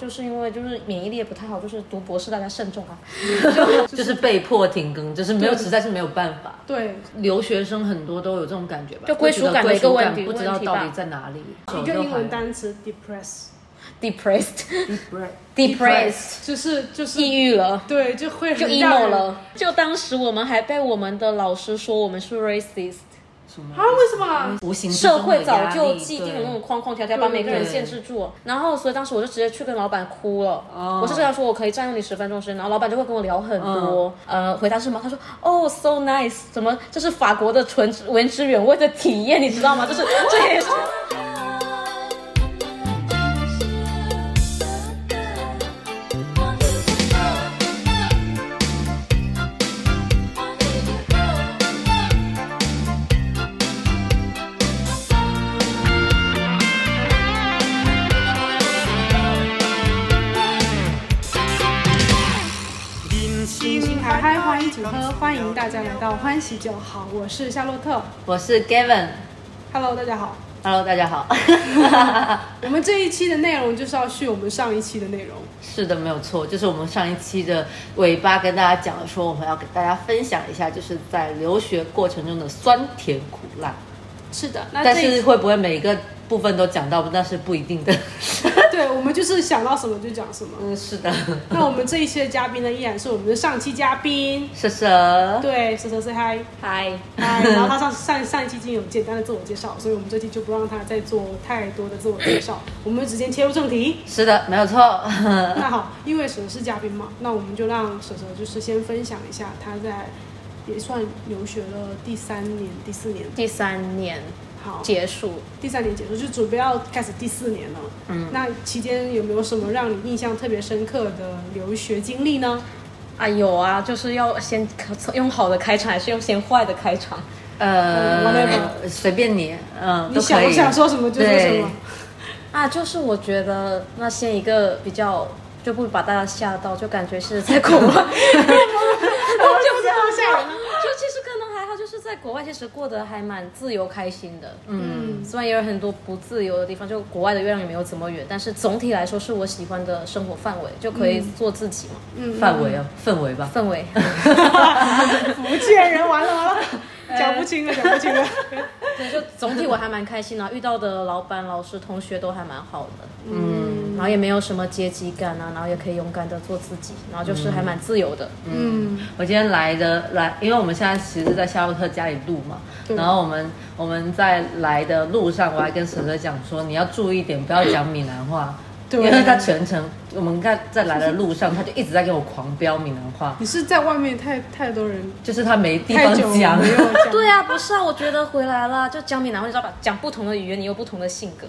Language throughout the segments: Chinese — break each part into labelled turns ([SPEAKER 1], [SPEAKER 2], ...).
[SPEAKER 1] 就是因为就是免疫力也不太好，就是读博士大家慎重啊。
[SPEAKER 2] 就是被迫停更，就是没有，实在是没有办法。
[SPEAKER 3] 对，
[SPEAKER 2] 留学生很多都有这种感觉吧，
[SPEAKER 1] 就归属感的
[SPEAKER 2] 会
[SPEAKER 1] 一
[SPEAKER 2] 觉
[SPEAKER 1] 个
[SPEAKER 2] 得归属
[SPEAKER 1] 问
[SPEAKER 2] 感
[SPEAKER 1] 题
[SPEAKER 2] 不知道
[SPEAKER 1] 问题
[SPEAKER 2] 到
[SPEAKER 1] 吧
[SPEAKER 2] 底在哪里。
[SPEAKER 3] 一个啊英文单词 depress，
[SPEAKER 1] Depressed，depressed，
[SPEAKER 2] ，depressed，
[SPEAKER 3] 就是就是
[SPEAKER 1] 抑郁了。
[SPEAKER 3] 对，就会
[SPEAKER 1] 就
[SPEAKER 3] 很让
[SPEAKER 1] emo
[SPEAKER 3] 人
[SPEAKER 1] 了，就当时我们还被我们的老师说我们是 racist，
[SPEAKER 2] 什么
[SPEAKER 3] 啊？为什么？
[SPEAKER 2] 无形之中
[SPEAKER 1] 社
[SPEAKER 2] 的
[SPEAKER 1] 会早
[SPEAKER 2] 压
[SPEAKER 1] 就
[SPEAKER 2] 力
[SPEAKER 1] 既
[SPEAKER 2] 对
[SPEAKER 1] 定有那种框框条条，把每个人限制住。然后，所以当时我就直接去跟老板哭了。我是这样说，我可以占用你十分钟时间，然后老板就会跟我聊很多。呃，回答是什么？他说，哦，so nice，怎么这是法国的纯原汁原味的体验，你知道吗？就是这也是。
[SPEAKER 3] 星星嗨嗨，欢迎组合，欢迎大家来到欢喜就好，我是夏洛特。
[SPEAKER 2] 我是 Gavin。
[SPEAKER 3] Hello，大家好。
[SPEAKER 2] Hello，大家好。
[SPEAKER 3] 我们这一期的内容就是要续我们上一期的内容，
[SPEAKER 2] 是的，没有错，就是我们上一期的尾巴跟大家讲了说，我们要给大家分享一下，就是在留学过程中的酸甜苦辣。
[SPEAKER 3] 是的，那
[SPEAKER 2] 但
[SPEAKER 3] 这一
[SPEAKER 2] 是会不会每一个部分都讲到？那是不一定的。
[SPEAKER 3] 对我们就是想到什么就讲什么。
[SPEAKER 2] 嗯，是 的，
[SPEAKER 3] 那我们这一期的嘉宾呢，依然是我们的上期嘉宾，
[SPEAKER 2] 蛇蛇，
[SPEAKER 3] 对，蛇蛇 say hi
[SPEAKER 1] 嗨，
[SPEAKER 3] 嗨。啊然后他上上上一期已经有简单的自我介绍，所以我们这期就不让他再做太多的自我 介绍，我们直接切入正题。
[SPEAKER 2] 是的，没有错。呃
[SPEAKER 3] 那好，因为蛇是嘉宾嘛，那我们就让蛇蛇就是先分享一下他在也算留学了第三年、第四年。
[SPEAKER 1] 第三年
[SPEAKER 3] 好，
[SPEAKER 1] 结束，
[SPEAKER 3] 第三年结束，就准备要开始第四年了。嗯，那期间有没有什么让你印象特别深刻的留学经历呢？
[SPEAKER 1] 啊有啊，就是要先用好的开场，还是用先坏的开场？
[SPEAKER 2] 呃，
[SPEAKER 3] whatever
[SPEAKER 2] 随便你，嗯，
[SPEAKER 3] 你
[SPEAKER 2] 都可
[SPEAKER 3] 想
[SPEAKER 2] 以。
[SPEAKER 3] 想说什么就说 什么。
[SPEAKER 1] 啊，就是我觉得那些一个比较就不把大家吓到，就感觉是在国外， 就不是
[SPEAKER 3] 多吓人啊
[SPEAKER 1] 就其实可能还好，就是在国外其实过得还蛮自由开心的。嗯，虽然也有很多不自由的地方，就国外的月亮也没有怎么圆，但是总体来说是我喜欢的生活范围，就可以做自己嘛，
[SPEAKER 2] 范围啊，氛围吧。
[SPEAKER 1] 氛围。
[SPEAKER 3] 福建人完了完了，讲不清了，讲不清了。
[SPEAKER 1] 对，就总体我还蛮开心的，遇到的老板、老师、同学都还蛮好的，嗯，然后也没有什么阶级感啊，然后也可以勇敢的做自己，然后就是还蛮自由的，
[SPEAKER 3] 嗯，
[SPEAKER 2] 我今天来的来，因为我们现在其实，在夏洛特家里录嘛，然后我们我们在来的路上，我还跟蛇蛇讲说，你要注意一点，不要讲闽南话，
[SPEAKER 3] 对
[SPEAKER 2] 因为他全程我们在在来的路上，他就一直在跟我狂飙闽南话，
[SPEAKER 3] 你是在外面太太多人，
[SPEAKER 2] 就是他没地
[SPEAKER 3] 太
[SPEAKER 2] 方
[SPEAKER 3] 久没
[SPEAKER 2] 讲。
[SPEAKER 3] 有 讲。
[SPEAKER 1] 对啊，不是啊，我觉得回来了就讲闽南话，你知道吧？讲不同的语言，你有不同的性格，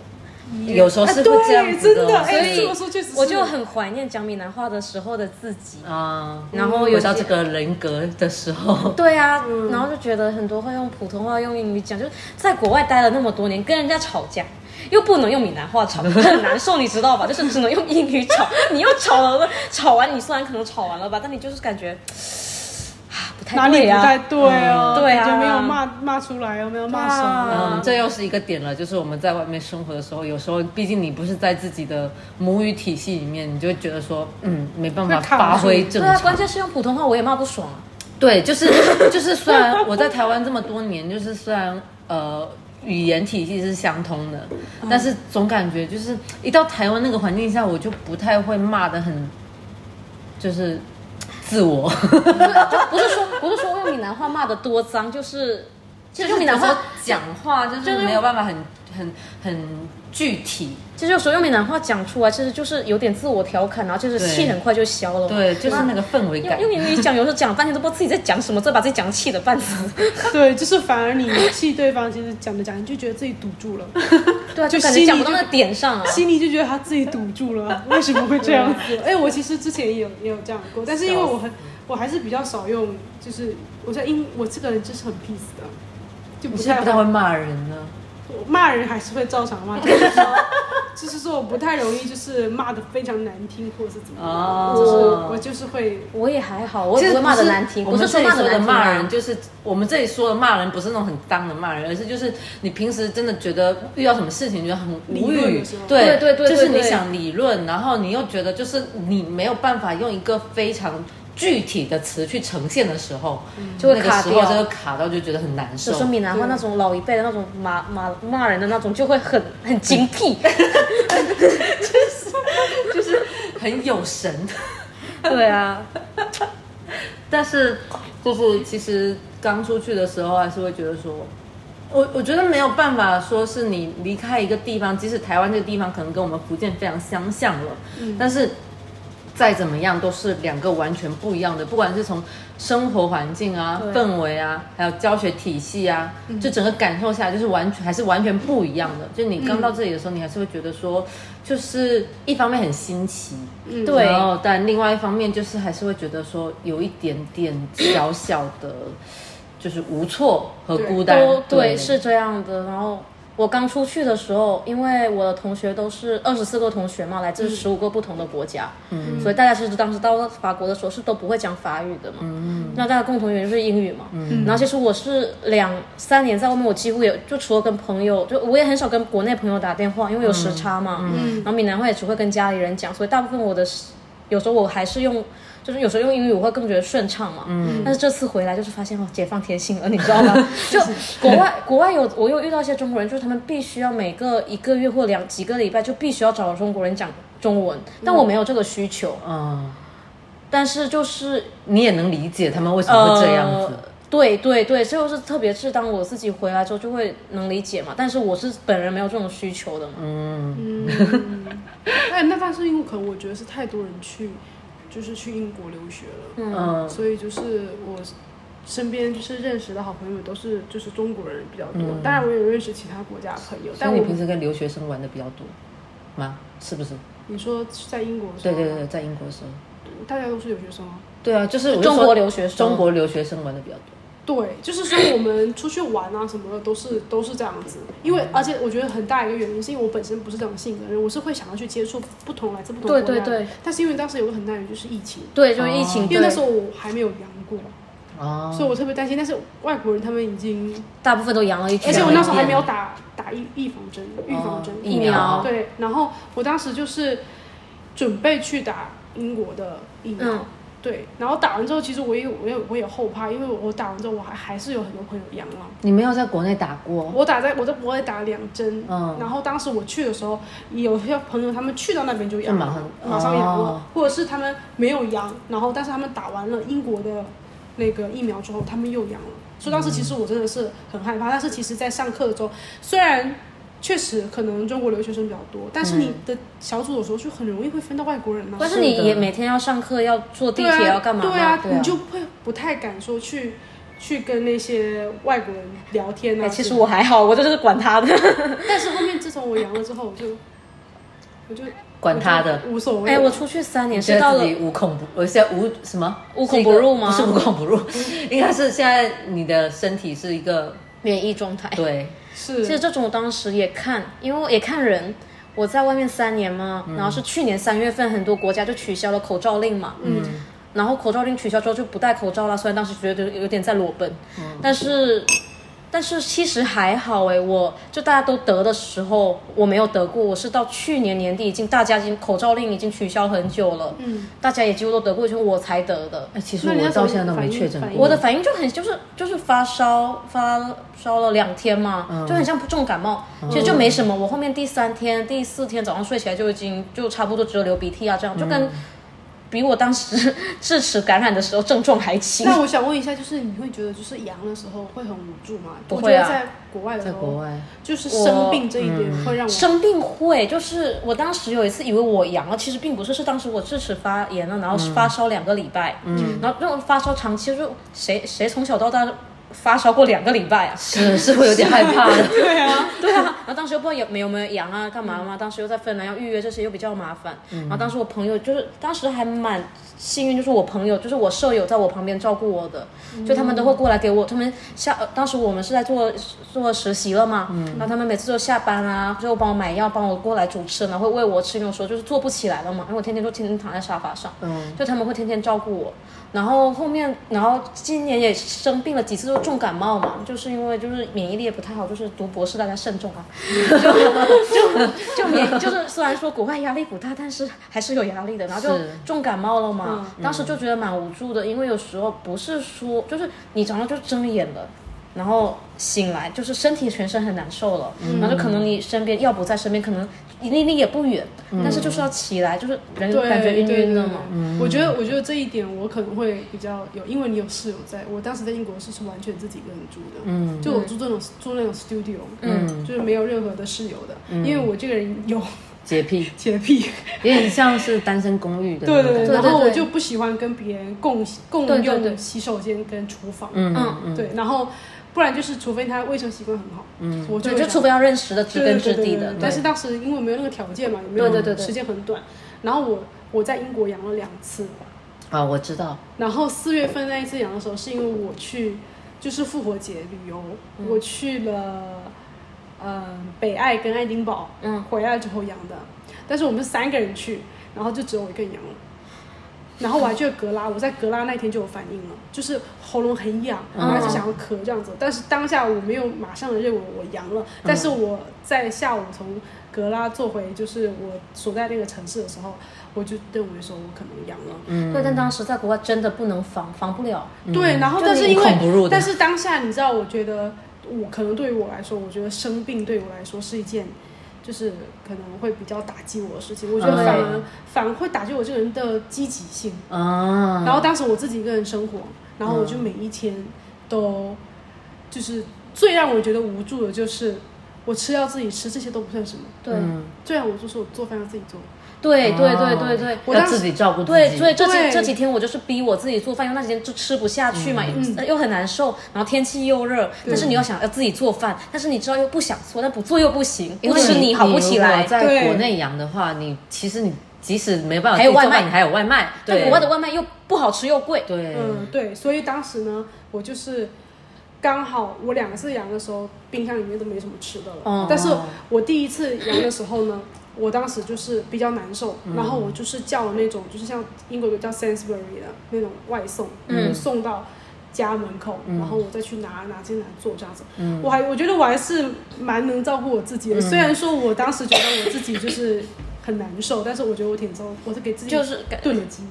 [SPEAKER 2] 有时候是会这样
[SPEAKER 3] 啊对
[SPEAKER 2] 子哦
[SPEAKER 3] 真的哎
[SPEAKER 2] 所
[SPEAKER 3] 这
[SPEAKER 2] 以
[SPEAKER 3] 么说确实是
[SPEAKER 1] 我就很怀念讲闽南话的时候的自己。
[SPEAKER 2] 啊，
[SPEAKER 1] 然后有
[SPEAKER 2] 回到
[SPEAKER 1] 些
[SPEAKER 2] 这个人格的时候，
[SPEAKER 1] 对啊，然后就觉得很多会用普通话、用英语讲，就是在国外待了那么多年，跟人家吵架又不能用闽南话吵，很难受，你知道吧？就是只能用英语吵，你又吵了，吵完你虽然可能吵完了吧，但你就是感觉啊不
[SPEAKER 3] 哪
[SPEAKER 1] 太
[SPEAKER 3] 里
[SPEAKER 1] 对
[SPEAKER 3] 不太
[SPEAKER 1] 啊。
[SPEAKER 3] 对哦？
[SPEAKER 1] 嗯对啊
[SPEAKER 3] 感觉没有骂骂出来哦，没有骂什
[SPEAKER 1] 对
[SPEAKER 3] 么
[SPEAKER 1] 啊。
[SPEAKER 2] 嗯，这又是一个点了，就是我们在外面生活的时候，有时候毕竟你不是在自己的母语体系里面，你就会觉得说，嗯，没办法
[SPEAKER 3] 会抗
[SPEAKER 2] 发挥
[SPEAKER 1] 对
[SPEAKER 2] 正
[SPEAKER 1] 啊，
[SPEAKER 2] 常
[SPEAKER 1] 关。键是用普通话我也骂不爽啊。
[SPEAKER 2] 对，就是 就是，虽然我在台湾这么多年，就是虽然呃语言体系是相通的，
[SPEAKER 1] 嗯
[SPEAKER 2] 但是总感觉就是一到台湾那个环境下，我就不太会骂的很，就是自我。
[SPEAKER 1] 不是说不是说用闽南话骂的多脏，就是其实
[SPEAKER 2] 就
[SPEAKER 1] 用闽南话，
[SPEAKER 2] 讲话，就
[SPEAKER 1] 就是
[SPEAKER 2] 是没有办法很很很具体。
[SPEAKER 1] 其实有时候用闽南话讲出来，其实就是有点自我调侃，然后就是气
[SPEAKER 2] 对
[SPEAKER 1] 很快就消了嘛。
[SPEAKER 2] 对，就是那个氛围
[SPEAKER 1] 用
[SPEAKER 2] 感。
[SPEAKER 1] 用英语讲，有时候讲半天都不知道自己在讲什么，再把自己讲气的半死。
[SPEAKER 3] 对，就是反而你气对方，其实讲着讲着就觉得自己堵住了，
[SPEAKER 1] 对啊，
[SPEAKER 3] 就
[SPEAKER 1] 就感
[SPEAKER 3] 心里
[SPEAKER 1] 觉讲不到
[SPEAKER 3] 就
[SPEAKER 1] 那点上啊。
[SPEAKER 3] 心里就觉得他自己堵住了，为什么会这样子？哎，我其实之前也有也有这样过，但是因为我很我还是比较少用，就是我在英我这个人就是很 peace 的，就
[SPEAKER 2] 你
[SPEAKER 3] 不
[SPEAKER 2] 是
[SPEAKER 3] 太
[SPEAKER 2] 不太会骂人呢，
[SPEAKER 3] 我我骂人还是会 照常骂，就是说，就是说我不太容易就是骂的非常难听或者是怎么样，
[SPEAKER 2] 哦
[SPEAKER 3] 就是我就是会
[SPEAKER 1] 我也还好，我也不会骂的难听，
[SPEAKER 2] 我
[SPEAKER 1] 不
[SPEAKER 2] 们
[SPEAKER 1] 是
[SPEAKER 2] 这
[SPEAKER 1] 说
[SPEAKER 2] 里
[SPEAKER 1] 骂的
[SPEAKER 2] 说的
[SPEAKER 1] 难听啊
[SPEAKER 2] 骂人，就是我们这里说的骂人，不是那种很脏的骂人，而是就是你平时真的觉得遇到什么事情觉得很无
[SPEAKER 3] 理论
[SPEAKER 2] 语
[SPEAKER 3] 的时候，
[SPEAKER 1] 对对对
[SPEAKER 2] 就是
[SPEAKER 1] 对
[SPEAKER 2] 你
[SPEAKER 1] 对
[SPEAKER 2] 想理论，然后你又觉得就是你没有办法用一个非常具体的词去呈现的时候，
[SPEAKER 1] 就会
[SPEAKER 2] 那个
[SPEAKER 1] 卡
[SPEAKER 2] 时
[SPEAKER 1] 掉
[SPEAKER 2] 候就会卡到，就觉得很难受
[SPEAKER 1] 就。说闽南话那种老一辈的那种骂骂骂人的那种，就会很很精辟。
[SPEAKER 2] 就是很有神。
[SPEAKER 1] 对啊，
[SPEAKER 2] 但是就是其实刚出去的时候，还是会觉得说，我我觉得没有办法说是你离开一个地方，即使台湾这个地方可能跟我们福建非常相像了，
[SPEAKER 1] 嗯
[SPEAKER 2] 但是。再怎么样都是两个完全不一样的，不管是从生活环境啊、
[SPEAKER 1] 对嗯
[SPEAKER 2] 氛围啊，还有教学体系啊，就整个感受下来就是完全还是完全不一样的。就你刚到这里的时候，你还是会觉得说，就是一方面很新奇，
[SPEAKER 3] 嗯
[SPEAKER 1] 对
[SPEAKER 2] 然后但另外一方面就是还是会觉得说有一点点小小的，就是无措和孤单
[SPEAKER 1] 都。对是这样的。然后我刚出去的时候，因为我的同学都是二十四个同学嘛，来自十五个不同的国家，嗯，所以大家是当时到了法国的时候是都不会讲法语的嘛，嗯，那大家共同语言就是英语嘛，嗯，然后其实我是两三年在外面，我几乎也就除了跟朋友，就我也很少跟国内朋友打电话，因为有时差嘛，嗯，然后闽南话也只会跟家里人讲，所以大部分我的有时候我还是用。就是有时候用英语我会更觉得顺畅嘛，嗯，但是这次回来就是发现哦，解放天性了，你知道吗？就国外国外有我有遇到一些中国人，就是他们必须要每个一个月或两几个礼拜就必须要找中国人讲中文，但我没有这个需求，
[SPEAKER 2] 嗯，
[SPEAKER 1] 但是就是
[SPEAKER 2] 你也能理解他们为什么会这样子。
[SPEAKER 1] 呃对对对，这就是特别是当我自己回来之后就会能理解嘛，但是我是本人没有这种需求的嘛，
[SPEAKER 3] 嗯，哎，那但是因为可能我觉得是太多人去，就是去英国留学了，
[SPEAKER 2] 嗯
[SPEAKER 3] 所以就是我身边就是认识的好朋友都是就是中国人比较多，当然我有认识其他国家的朋友，
[SPEAKER 2] 嗯所
[SPEAKER 3] 但
[SPEAKER 2] 以你
[SPEAKER 3] 我
[SPEAKER 2] 平时跟留学生玩的比较多吗？是不是？
[SPEAKER 3] 你说是在英国的时
[SPEAKER 2] 对
[SPEAKER 3] 候，
[SPEAKER 2] 对对，，在英国的时候。
[SPEAKER 3] 大家都是留学生啊。
[SPEAKER 2] 对啊，就是我就
[SPEAKER 1] 中
[SPEAKER 2] 说
[SPEAKER 1] 国留学生
[SPEAKER 2] 中国留学生玩的比较多。
[SPEAKER 3] 对，就是说我们出去玩啊什么的都是 都是这样子，因为而且我觉得很大一个原因是因为我本身不是这种性格的人，我是会想要去接触不同来自不同
[SPEAKER 1] 对
[SPEAKER 3] 国家
[SPEAKER 1] 对
[SPEAKER 3] 的，
[SPEAKER 1] 对
[SPEAKER 3] 但是因为当时有个很大原因就是疫情，
[SPEAKER 1] 对，就是疫情，
[SPEAKER 3] 因为那
[SPEAKER 1] 对
[SPEAKER 3] 时候我还没有阳过，
[SPEAKER 2] 哦，
[SPEAKER 3] 所以我特别担心。但是外国人他们已经，
[SPEAKER 1] 大部分都阳了一圈，
[SPEAKER 3] 而且我那时候还没有打打疫预防针，预防针、
[SPEAKER 1] 啊哦疫苗
[SPEAKER 3] 对，然后我当时就是准备去打英国的疫苗。
[SPEAKER 1] 嗯
[SPEAKER 3] 对，然后打完之后，其实我也我也我也后怕，因为我打完之后，我还还是有很多朋友阳了。
[SPEAKER 2] 你没有在国内打
[SPEAKER 1] 哦
[SPEAKER 2] 过，
[SPEAKER 3] 我打在我在国外打了两针，
[SPEAKER 2] 嗯
[SPEAKER 3] 然后当时我去的时候，有些朋友他们去到那边就阳
[SPEAKER 2] 就马
[SPEAKER 3] 了
[SPEAKER 2] 上，
[SPEAKER 3] 马上阳了，
[SPEAKER 2] 哦
[SPEAKER 3] 或者是他们没有阳，然后但是他们打完了英国的那个疫苗之后，他们又阳了。所以当时其实我真的是很害怕，但是其实在上课的时候，虽然确实可能中国留学生比较多，但是你的小组有时候就很容易会分到外国人了。
[SPEAKER 1] 但嗯是
[SPEAKER 2] 是的
[SPEAKER 1] 你也每天要上课，要坐地
[SPEAKER 3] 对啊
[SPEAKER 1] 铁，要干嘛嘛？
[SPEAKER 3] 对啊，
[SPEAKER 2] 对啊
[SPEAKER 3] 你就会不太敢说去去跟那些外国人聊天啊
[SPEAKER 1] 哎，
[SPEAKER 3] 之
[SPEAKER 1] 其
[SPEAKER 3] 类的。
[SPEAKER 1] 实我还好，我就是管他的。
[SPEAKER 3] 但是后面自从我阳了之后，我就我就
[SPEAKER 2] 管他的
[SPEAKER 3] 我。就无所谓。
[SPEAKER 1] 哎，我出去三年
[SPEAKER 2] 你觉
[SPEAKER 1] 是到
[SPEAKER 2] 得
[SPEAKER 1] 了
[SPEAKER 2] 自己无孔不，我现在无什么
[SPEAKER 1] 无孔不入吗
[SPEAKER 2] 是一个不是无孔不 入，应该是现在你的身体是一个
[SPEAKER 1] 免疫状态。
[SPEAKER 2] 对，
[SPEAKER 3] 是
[SPEAKER 1] 其实这种我当时也看，因为我也看人。我在外面三年嘛，然后是去年三月份，很多国家就取消了口罩令嘛。嗯。然后口罩令取消之后就不戴口罩啦，虽然当时觉得有点在裸奔，但是但是其实还好哎，我就大家都得的时候我没有得过，我是到去年年底已经大家已经口罩令已经取消很久了，嗯，大家也几乎都得过，就我才得的。
[SPEAKER 2] 哎，其实
[SPEAKER 3] 那你
[SPEAKER 2] 我
[SPEAKER 3] 那时候
[SPEAKER 2] 到现在都没确诊
[SPEAKER 3] 反应
[SPEAKER 2] 过。
[SPEAKER 1] 我的反应就很就是就是发烧发烧了两天嘛，
[SPEAKER 3] 嗯
[SPEAKER 1] 就很像重感冒，其实就没什么。我后面第三天、第四天早上睡起来就已经就差不多只有流鼻涕啊，这
[SPEAKER 3] 嗯
[SPEAKER 1] 样就跟比我当时 智齿感染的时候症状还轻。
[SPEAKER 3] 那我想问一下，就是你会觉得就是阳的时候会很无助吗？
[SPEAKER 1] 不
[SPEAKER 3] 我
[SPEAKER 1] 会啊
[SPEAKER 3] 觉得在国外的时
[SPEAKER 2] 在
[SPEAKER 3] 候，
[SPEAKER 2] 国外，
[SPEAKER 3] 就是生病这一点会让我
[SPEAKER 1] 生病会，就是我当时有一次以为我阳了，其实并不是，是当时我智齿发炎了，然后发烧两个礼拜，嗯，然后那种发烧长期就谁谁从小到大发烧过两个礼拜啊。
[SPEAKER 2] 是 是会有点害怕的。
[SPEAKER 3] 对啊，
[SPEAKER 1] 对啊， 然后当时又不知道有没有没有阳啊，干嘛嘛，当时又在芬兰要预约这些又比较麻烦，然后当时我朋友就是当时还蛮幸运，就是我朋友就是我舍友在我旁边照顾我的，就他们都会过来给我，他们下呃当时我们是在做做实习了嘛，然后他们每次都下班啊，就帮我买药，帮我过来主持，然后会喂我吃，因为我说就是坐不起来了嘛，因为我天天就天天躺在沙发上，
[SPEAKER 2] 嗯，
[SPEAKER 1] 就他们会天天照顾我。然后后面，然后今年也生病了几次，就重感冒嘛，就是因为就是免疫力也不太好，就是读博士大家慎重 啊，就就就免就是虽然说国外压力不大，但是还是有压力的，然后就是重感冒了嘛，
[SPEAKER 3] 嗯
[SPEAKER 1] 当时就觉得蛮无助的，因为有时候不是说就是你早上就睁眼了。然后醒来就是身体全身很难受了，
[SPEAKER 3] 嗯
[SPEAKER 1] 然后就可能你身边要不在身边，可能离你也不远，但是就是要起来，就是人
[SPEAKER 3] 嗯对，
[SPEAKER 1] 感觉晕
[SPEAKER 3] 对
[SPEAKER 1] 晕的
[SPEAKER 3] 对
[SPEAKER 1] 嘛。
[SPEAKER 3] 我觉得，我觉得这一点我可能会比较有，因为你有室友在。我当时在英国是是完全自己一个人住的，嗯，就我住这种住那种 studio，嗯，就是没有任何的室友的，因为我这个人有
[SPEAKER 2] 洁癖，
[SPEAKER 3] 洁癖，
[SPEAKER 2] 有点像是单身公寓的那
[SPEAKER 3] 对
[SPEAKER 2] 种
[SPEAKER 3] 对
[SPEAKER 2] 感
[SPEAKER 3] 对，
[SPEAKER 2] 觉。
[SPEAKER 3] 然
[SPEAKER 1] 对
[SPEAKER 3] 后
[SPEAKER 1] 对
[SPEAKER 3] 我就不喜欢跟别人共共
[SPEAKER 1] 对对对
[SPEAKER 3] 用洗手间跟厨房，
[SPEAKER 2] 嗯
[SPEAKER 1] 嗯
[SPEAKER 2] 嗯，
[SPEAKER 3] 对，然后不然就是除非他卫生习惯很好，嗯，我
[SPEAKER 1] 对，
[SPEAKER 3] 会
[SPEAKER 1] 就
[SPEAKER 3] 想
[SPEAKER 1] 除非要认识的知
[SPEAKER 3] 对
[SPEAKER 1] 根
[SPEAKER 3] 对
[SPEAKER 1] 知
[SPEAKER 3] 对
[SPEAKER 1] 底
[SPEAKER 3] 对
[SPEAKER 1] 的
[SPEAKER 3] 对，
[SPEAKER 1] 对
[SPEAKER 3] 但是当时因为没有那个条件嘛，也没
[SPEAKER 1] 对对对
[SPEAKER 3] 有
[SPEAKER 1] 对
[SPEAKER 3] 时间很短，然后我我在英国养了两次，
[SPEAKER 2] 啊，我知道，
[SPEAKER 3] 然后四月份那一次阳的时候，是因为我去，就是复活节旅游，
[SPEAKER 1] 嗯
[SPEAKER 3] 我去了，呃，北爱跟爱丁堡，
[SPEAKER 1] 嗯，
[SPEAKER 3] 回来之后阳的，但是我们是三个人去，然后就只有我一个人阳了。然后我还去了格拉，我在格拉那天就有反应了，就是喉咙很痒，
[SPEAKER 2] 嗯
[SPEAKER 3] 然后就想要咳这样子。但是当下我没有马上的认为我阳
[SPEAKER 1] 嗯
[SPEAKER 3] 了，但是我在下午从格拉坐回就是我所在那个城市的时候，我就认为说我可能阳了。
[SPEAKER 1] 对，但当时在国外真的不能防，防不了。
[SPEAKER 3] 对，然后
[SPEAKER 1] 就
[SPEAKER 3] 但
[SPEAKER 1] 你
[SPEAKER 3] 是
[SPEAKER 1] 无
[SPEAKER 3] 因
[SPEAKER 2] 孔不入
[SPEAKER 3] 为
[SPEAKER 2] 的，
[SPEAKER 3] 但是当下你知道，我觉得我可能对于我来说，我觉得生病对我来说是一件，就是可能会比较打击我的事情。我觉得
[SPEAKER 2] 嗯
[SPEAKER 3] 反而、反而会打击我这个人的积极性。
[SPEAKER 2] 啊，
[SPEAKER 3] 然后当时我自己一个人生活，然后我就每一天都，就是最让我觉得无助的就是我吃药自己吃，这些都不算什么。
[SPEAKER 1] 对，
[SPEAKER 2] 嗯
[SPEAKER 3] 最让我就是我做饭要自己做，
[SPEAKER 1] 对，对，
[SPEAKER 2] 哦
[SPEAKER 1] 对，对，对。
[SPEAKER 3] 我
[SPEAKER 2] 要
[SPEAKER 3] 当时
[SPEAKER 2] 自己照顾自己，
[SPEAKER 1] 对，所以这几
[SPEAKER 3] 对
[SPEAKER 1] 这几天我就是逼我自己做饭，因为那几天就吃不下去嘛，
[SPEAKER 3] 嗯
[SPEAKER 1] 又又很难受，然后天气又热，但是你又想要自己做饭，但是你知道又不想做，但不做又不行，
[SPEAKER 2] 因
[SPEAKER 1] 不
[SPEAKER 2] 为
[SPEAKER 1] 吃你好不起
[SPEAKER 2] 如
[SPEAKER 1] 来
[SPEAKER 2] 果。在
[SPEAKER 3] 对
[SPEAKER 2] 国内养的话，你其实你即使没办法
[SPEAKER 1] 还有
[SPEAKER 2] 自己
[SPEAKER 1] 外
[SPEAKER 2] 做
[SPEAKER 1] 卖
[SPEAKER 2] 饭你还有外卖，
[SPEAKER 1] 但
[SPEAKER 2] 对，
[SPEAKER 1] 国外的外卖又不好吃又贵。
[SPEAKER 2] 对，
[SPEAKER 3] 嗯，对，所以当时呢，我就是刚好我两次阳的时候，冰箱里面都没什么吃的了。
[SPEAKER 1] 哦
[SPEAKER 3] 但是我第一次阳的时候呢，我当时就是比较难受，
[SPEAKER 1] 嗯
[SPEAKER 3] 然后我就是叫了那种就是像英国有叫 Sainsbury 的那种外送，
[SPEAKER 1] 嗯
[SPEAKER 3] 送到。家门口，然后我再去拿拿进来做这样子，
[SPEAKER 1] 嗯
[SPEAKER 3] 我还我觉得我还是蛮能照顾我自己的。虽然说我当时觉得我自己就是很难受，但是我觉得我挺糟，我是给自己
[SPEAKER 1] 就是感
[SPEAKER 3] 炖了鸡。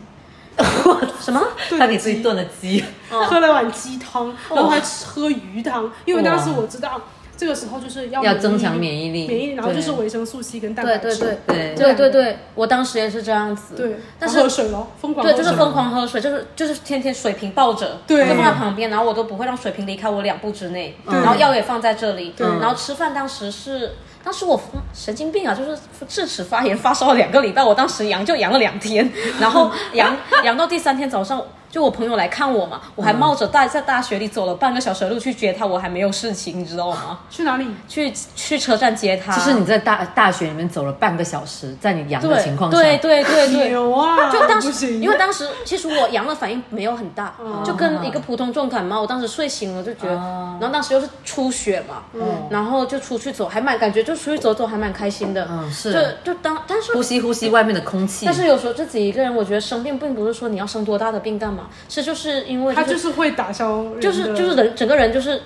[SPEAKER 1] 什么？
[SPEAKER 2] 他给自己炖了鸡，
[SPEAKER 3] 喝了碗鸡汤，然后还吃喝鱼汤，因为当时我知道这个时候就是要
[SPEAKER 2] 要增强免疫力
[SPEAKER 3] 免疫力，然后
[SPEAKER 2] 对
[SPEAKER 3] 就是维生素 C 跟蛋白
[SPEAKER 1] 对对
[SPEAKER 3] 质，
[SPEAKER 1] 对
[SPEAKER 2] 对
[SPEAKER 1] 对对对，我当时也是这样子。
[SPEAKER 3] 对，
[SPEAKER 1] 但是
[SPEAKER 3] 然后喝水咯，疯狂
[SPEAKER 1] 对，
[SPEAKER 3] 喝
[SPEAKER 1] 就是
[SPEAKER 3] 水
[SPEAKER 1] 疯狂喝水，就是就是天天水瓶抱着，
[SPEAKER 3] 对
[SPEAKER 1] 就放在旁边，然后我都不会让水瓶离开我两步之内，
[SPEAKER 3] 对
[SPEAKER 1] 然后药也放在这里，
[SPEAKER 3] 对
[SPEAKER 1] 然后吃饭当时是。当时我疯神经病啊，就是智齿发炎发烧了两个礼拜，我当时阳就阳了两天，然后阳阳到第三天早上，就我朋友来看我嘛，我还
[SPEAKER 2] 嗯
[SPEAKER 1] 冒着大在大学里走了半个小时的路去接他，我还没有事情，你知道吗？
[SPEAKER 3] 去哪里？
[SPEAKER 1] 去去车站接他，
[SPEAKER 2] 就是你在大大学里面走了半个小时，在你阳的
[SPEAKER 1] 对
[SPEAKER 2] 情况下，
[SPEAKER 1] 对对对对，
[SPEAKER 3] 牛 啊！
[SPEAKER 1] 就当
[SPEAKER 3] 不
[SPEAKER 1] 时，
[SPEAKER 3] 行
[SPEAKER 1] 因为当时其实我阳了反应没有很大，就跟一个普通重感冒。我当时睡醒了就觉得，然后当时又是初雪嘛，然后就出去走，还蛮感觉就出去走走还蛮开心的。
[SPEAKER 2] 嗯是
[SPEAKER 1] 就就当但是
[SPEAKER 2] 呼吸呼吸外面的空气，
[SPEAKER 1] 但是有时候自己一个人，我觉得生病并不是说你要生多大的病干嘛，是就是因为
[SPEAKER 3] 他
[SPEAKER 1] 就
[SPEAKER 3] 就是是会打消人的，
[SPEAKER 1] 就是就是人整个人就是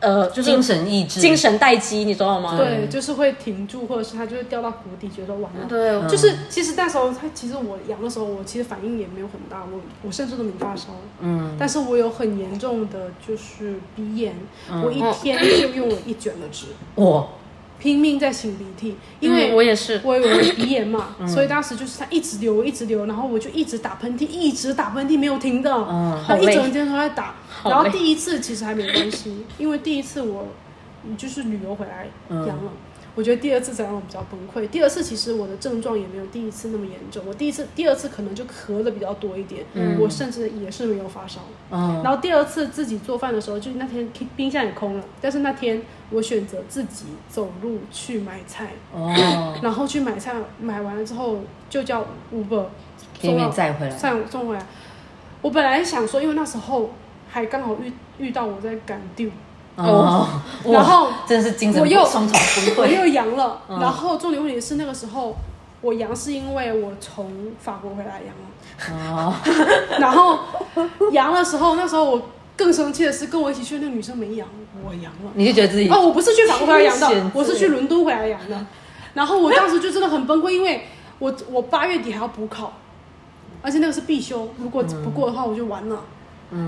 [SPEAKER 1] 呃就是
[SPEAKER 2] 精神意志，
[SPEAKER 1] 精神待机，你知道吗？
[SPEAKER 3] 对，就是会停住，或者是他就会掉到谷底，觉得完了。
[SPEAKER 1] 对，
[SPEAKER 3] 就是其实那时候他其实我阳的时候，我其实反应也没有很大，我我甚至都没发烧，嗯，但是我有很严重的就是鼻炎，
[SPEAKER 1] 嗯
[SPEAKER 3] 我一天就用了一卷的纸，
[SPEAKER 2] 哇，
[SPEAKER 3] 拼命在擤鼻涕，因
[SPEAKER 1] 因嗯
[SPEAKER 3] 为
[SPEAKER 1] 为我也嗯是，
[SPEAKER 3] 我有鼻炎嘛，所以当时就是它一直流，一直流，然后我就一直打喷嚏，一直打喷嚏，没有停的，
[SPEAKER 1] 嗯好
[SPEAKER 3] 然后一
[SPEAKER 1] 累
[SPEAKER 3] 整天都在打。
[SPEAKER 1] 好
[SPEAKER 3] 然后
[SPEAKER 1] 累嗯
[SPEAKER 2] 嗯
[SPEAKER 3] 第一次其实还没关系，因为第一次我就是旅游回来阳了，我觉得第二次才让我比较崩溃。第二次其实我的症状也没有第一次那么严重，我第一次、第二次可能就咳的比较多一点，
[SPEAKER 2] 嗯
[SPEAKER 3] 我甚至也是没有发烧。
[SPEAKER 2] 嗯
[SPEAKER 3] 然后第二次自己做饭的时候，就是那天冰箱也空了，但是那天我选择自己走路去买菜，
[SPEAKER 2] 哦，
[SPEAKER 3] 然后去买菜，买完了之后就叫 Uber
[SPEAKER 2] 给你们载回来，
[SPEAKER 3] 送送回来。我本来想说，因为那时候还刚好遇遇到我在赶 due，
[SPEAKER 2] 哦，哇
[SPEAKER 3] 然后
[SPEAKER 2] 真的是精神
[SPEAKER 3] 我又
[SPEAKER 2] 双重
[SPEAKER 3] 我
[SPEAKER 2] 崩 溃，
[SPEAKER 3] 又阳了。
[SPEAKER 2] 嗯
[SPEAKER 3] 然后重点问题是那个时候我阳是因为我从法国回来阳了，
[SPEAKER 2] 哦，
[SPEAKER 3] 然后阳的时候，那时候我更生气的是跟我一起去的那个女生没阳，我阳了。
[SPEAKER 2] 你就觉得自己
[SPEAKER 3] 哦，我不是去法国回来养
[SPEAKER 2] 天选
[SPEAKER 3] 的
[SPEAKER 2] 哎之，
[SPEAKER 3] 我是去伦敦回来养的。然后我当时就真的很崩溃，因为我我八月底还要补考，而且那个是必修，如果
[SPEAKER 2] 嗯
[SPEAKER 3] 不过的话我就完了。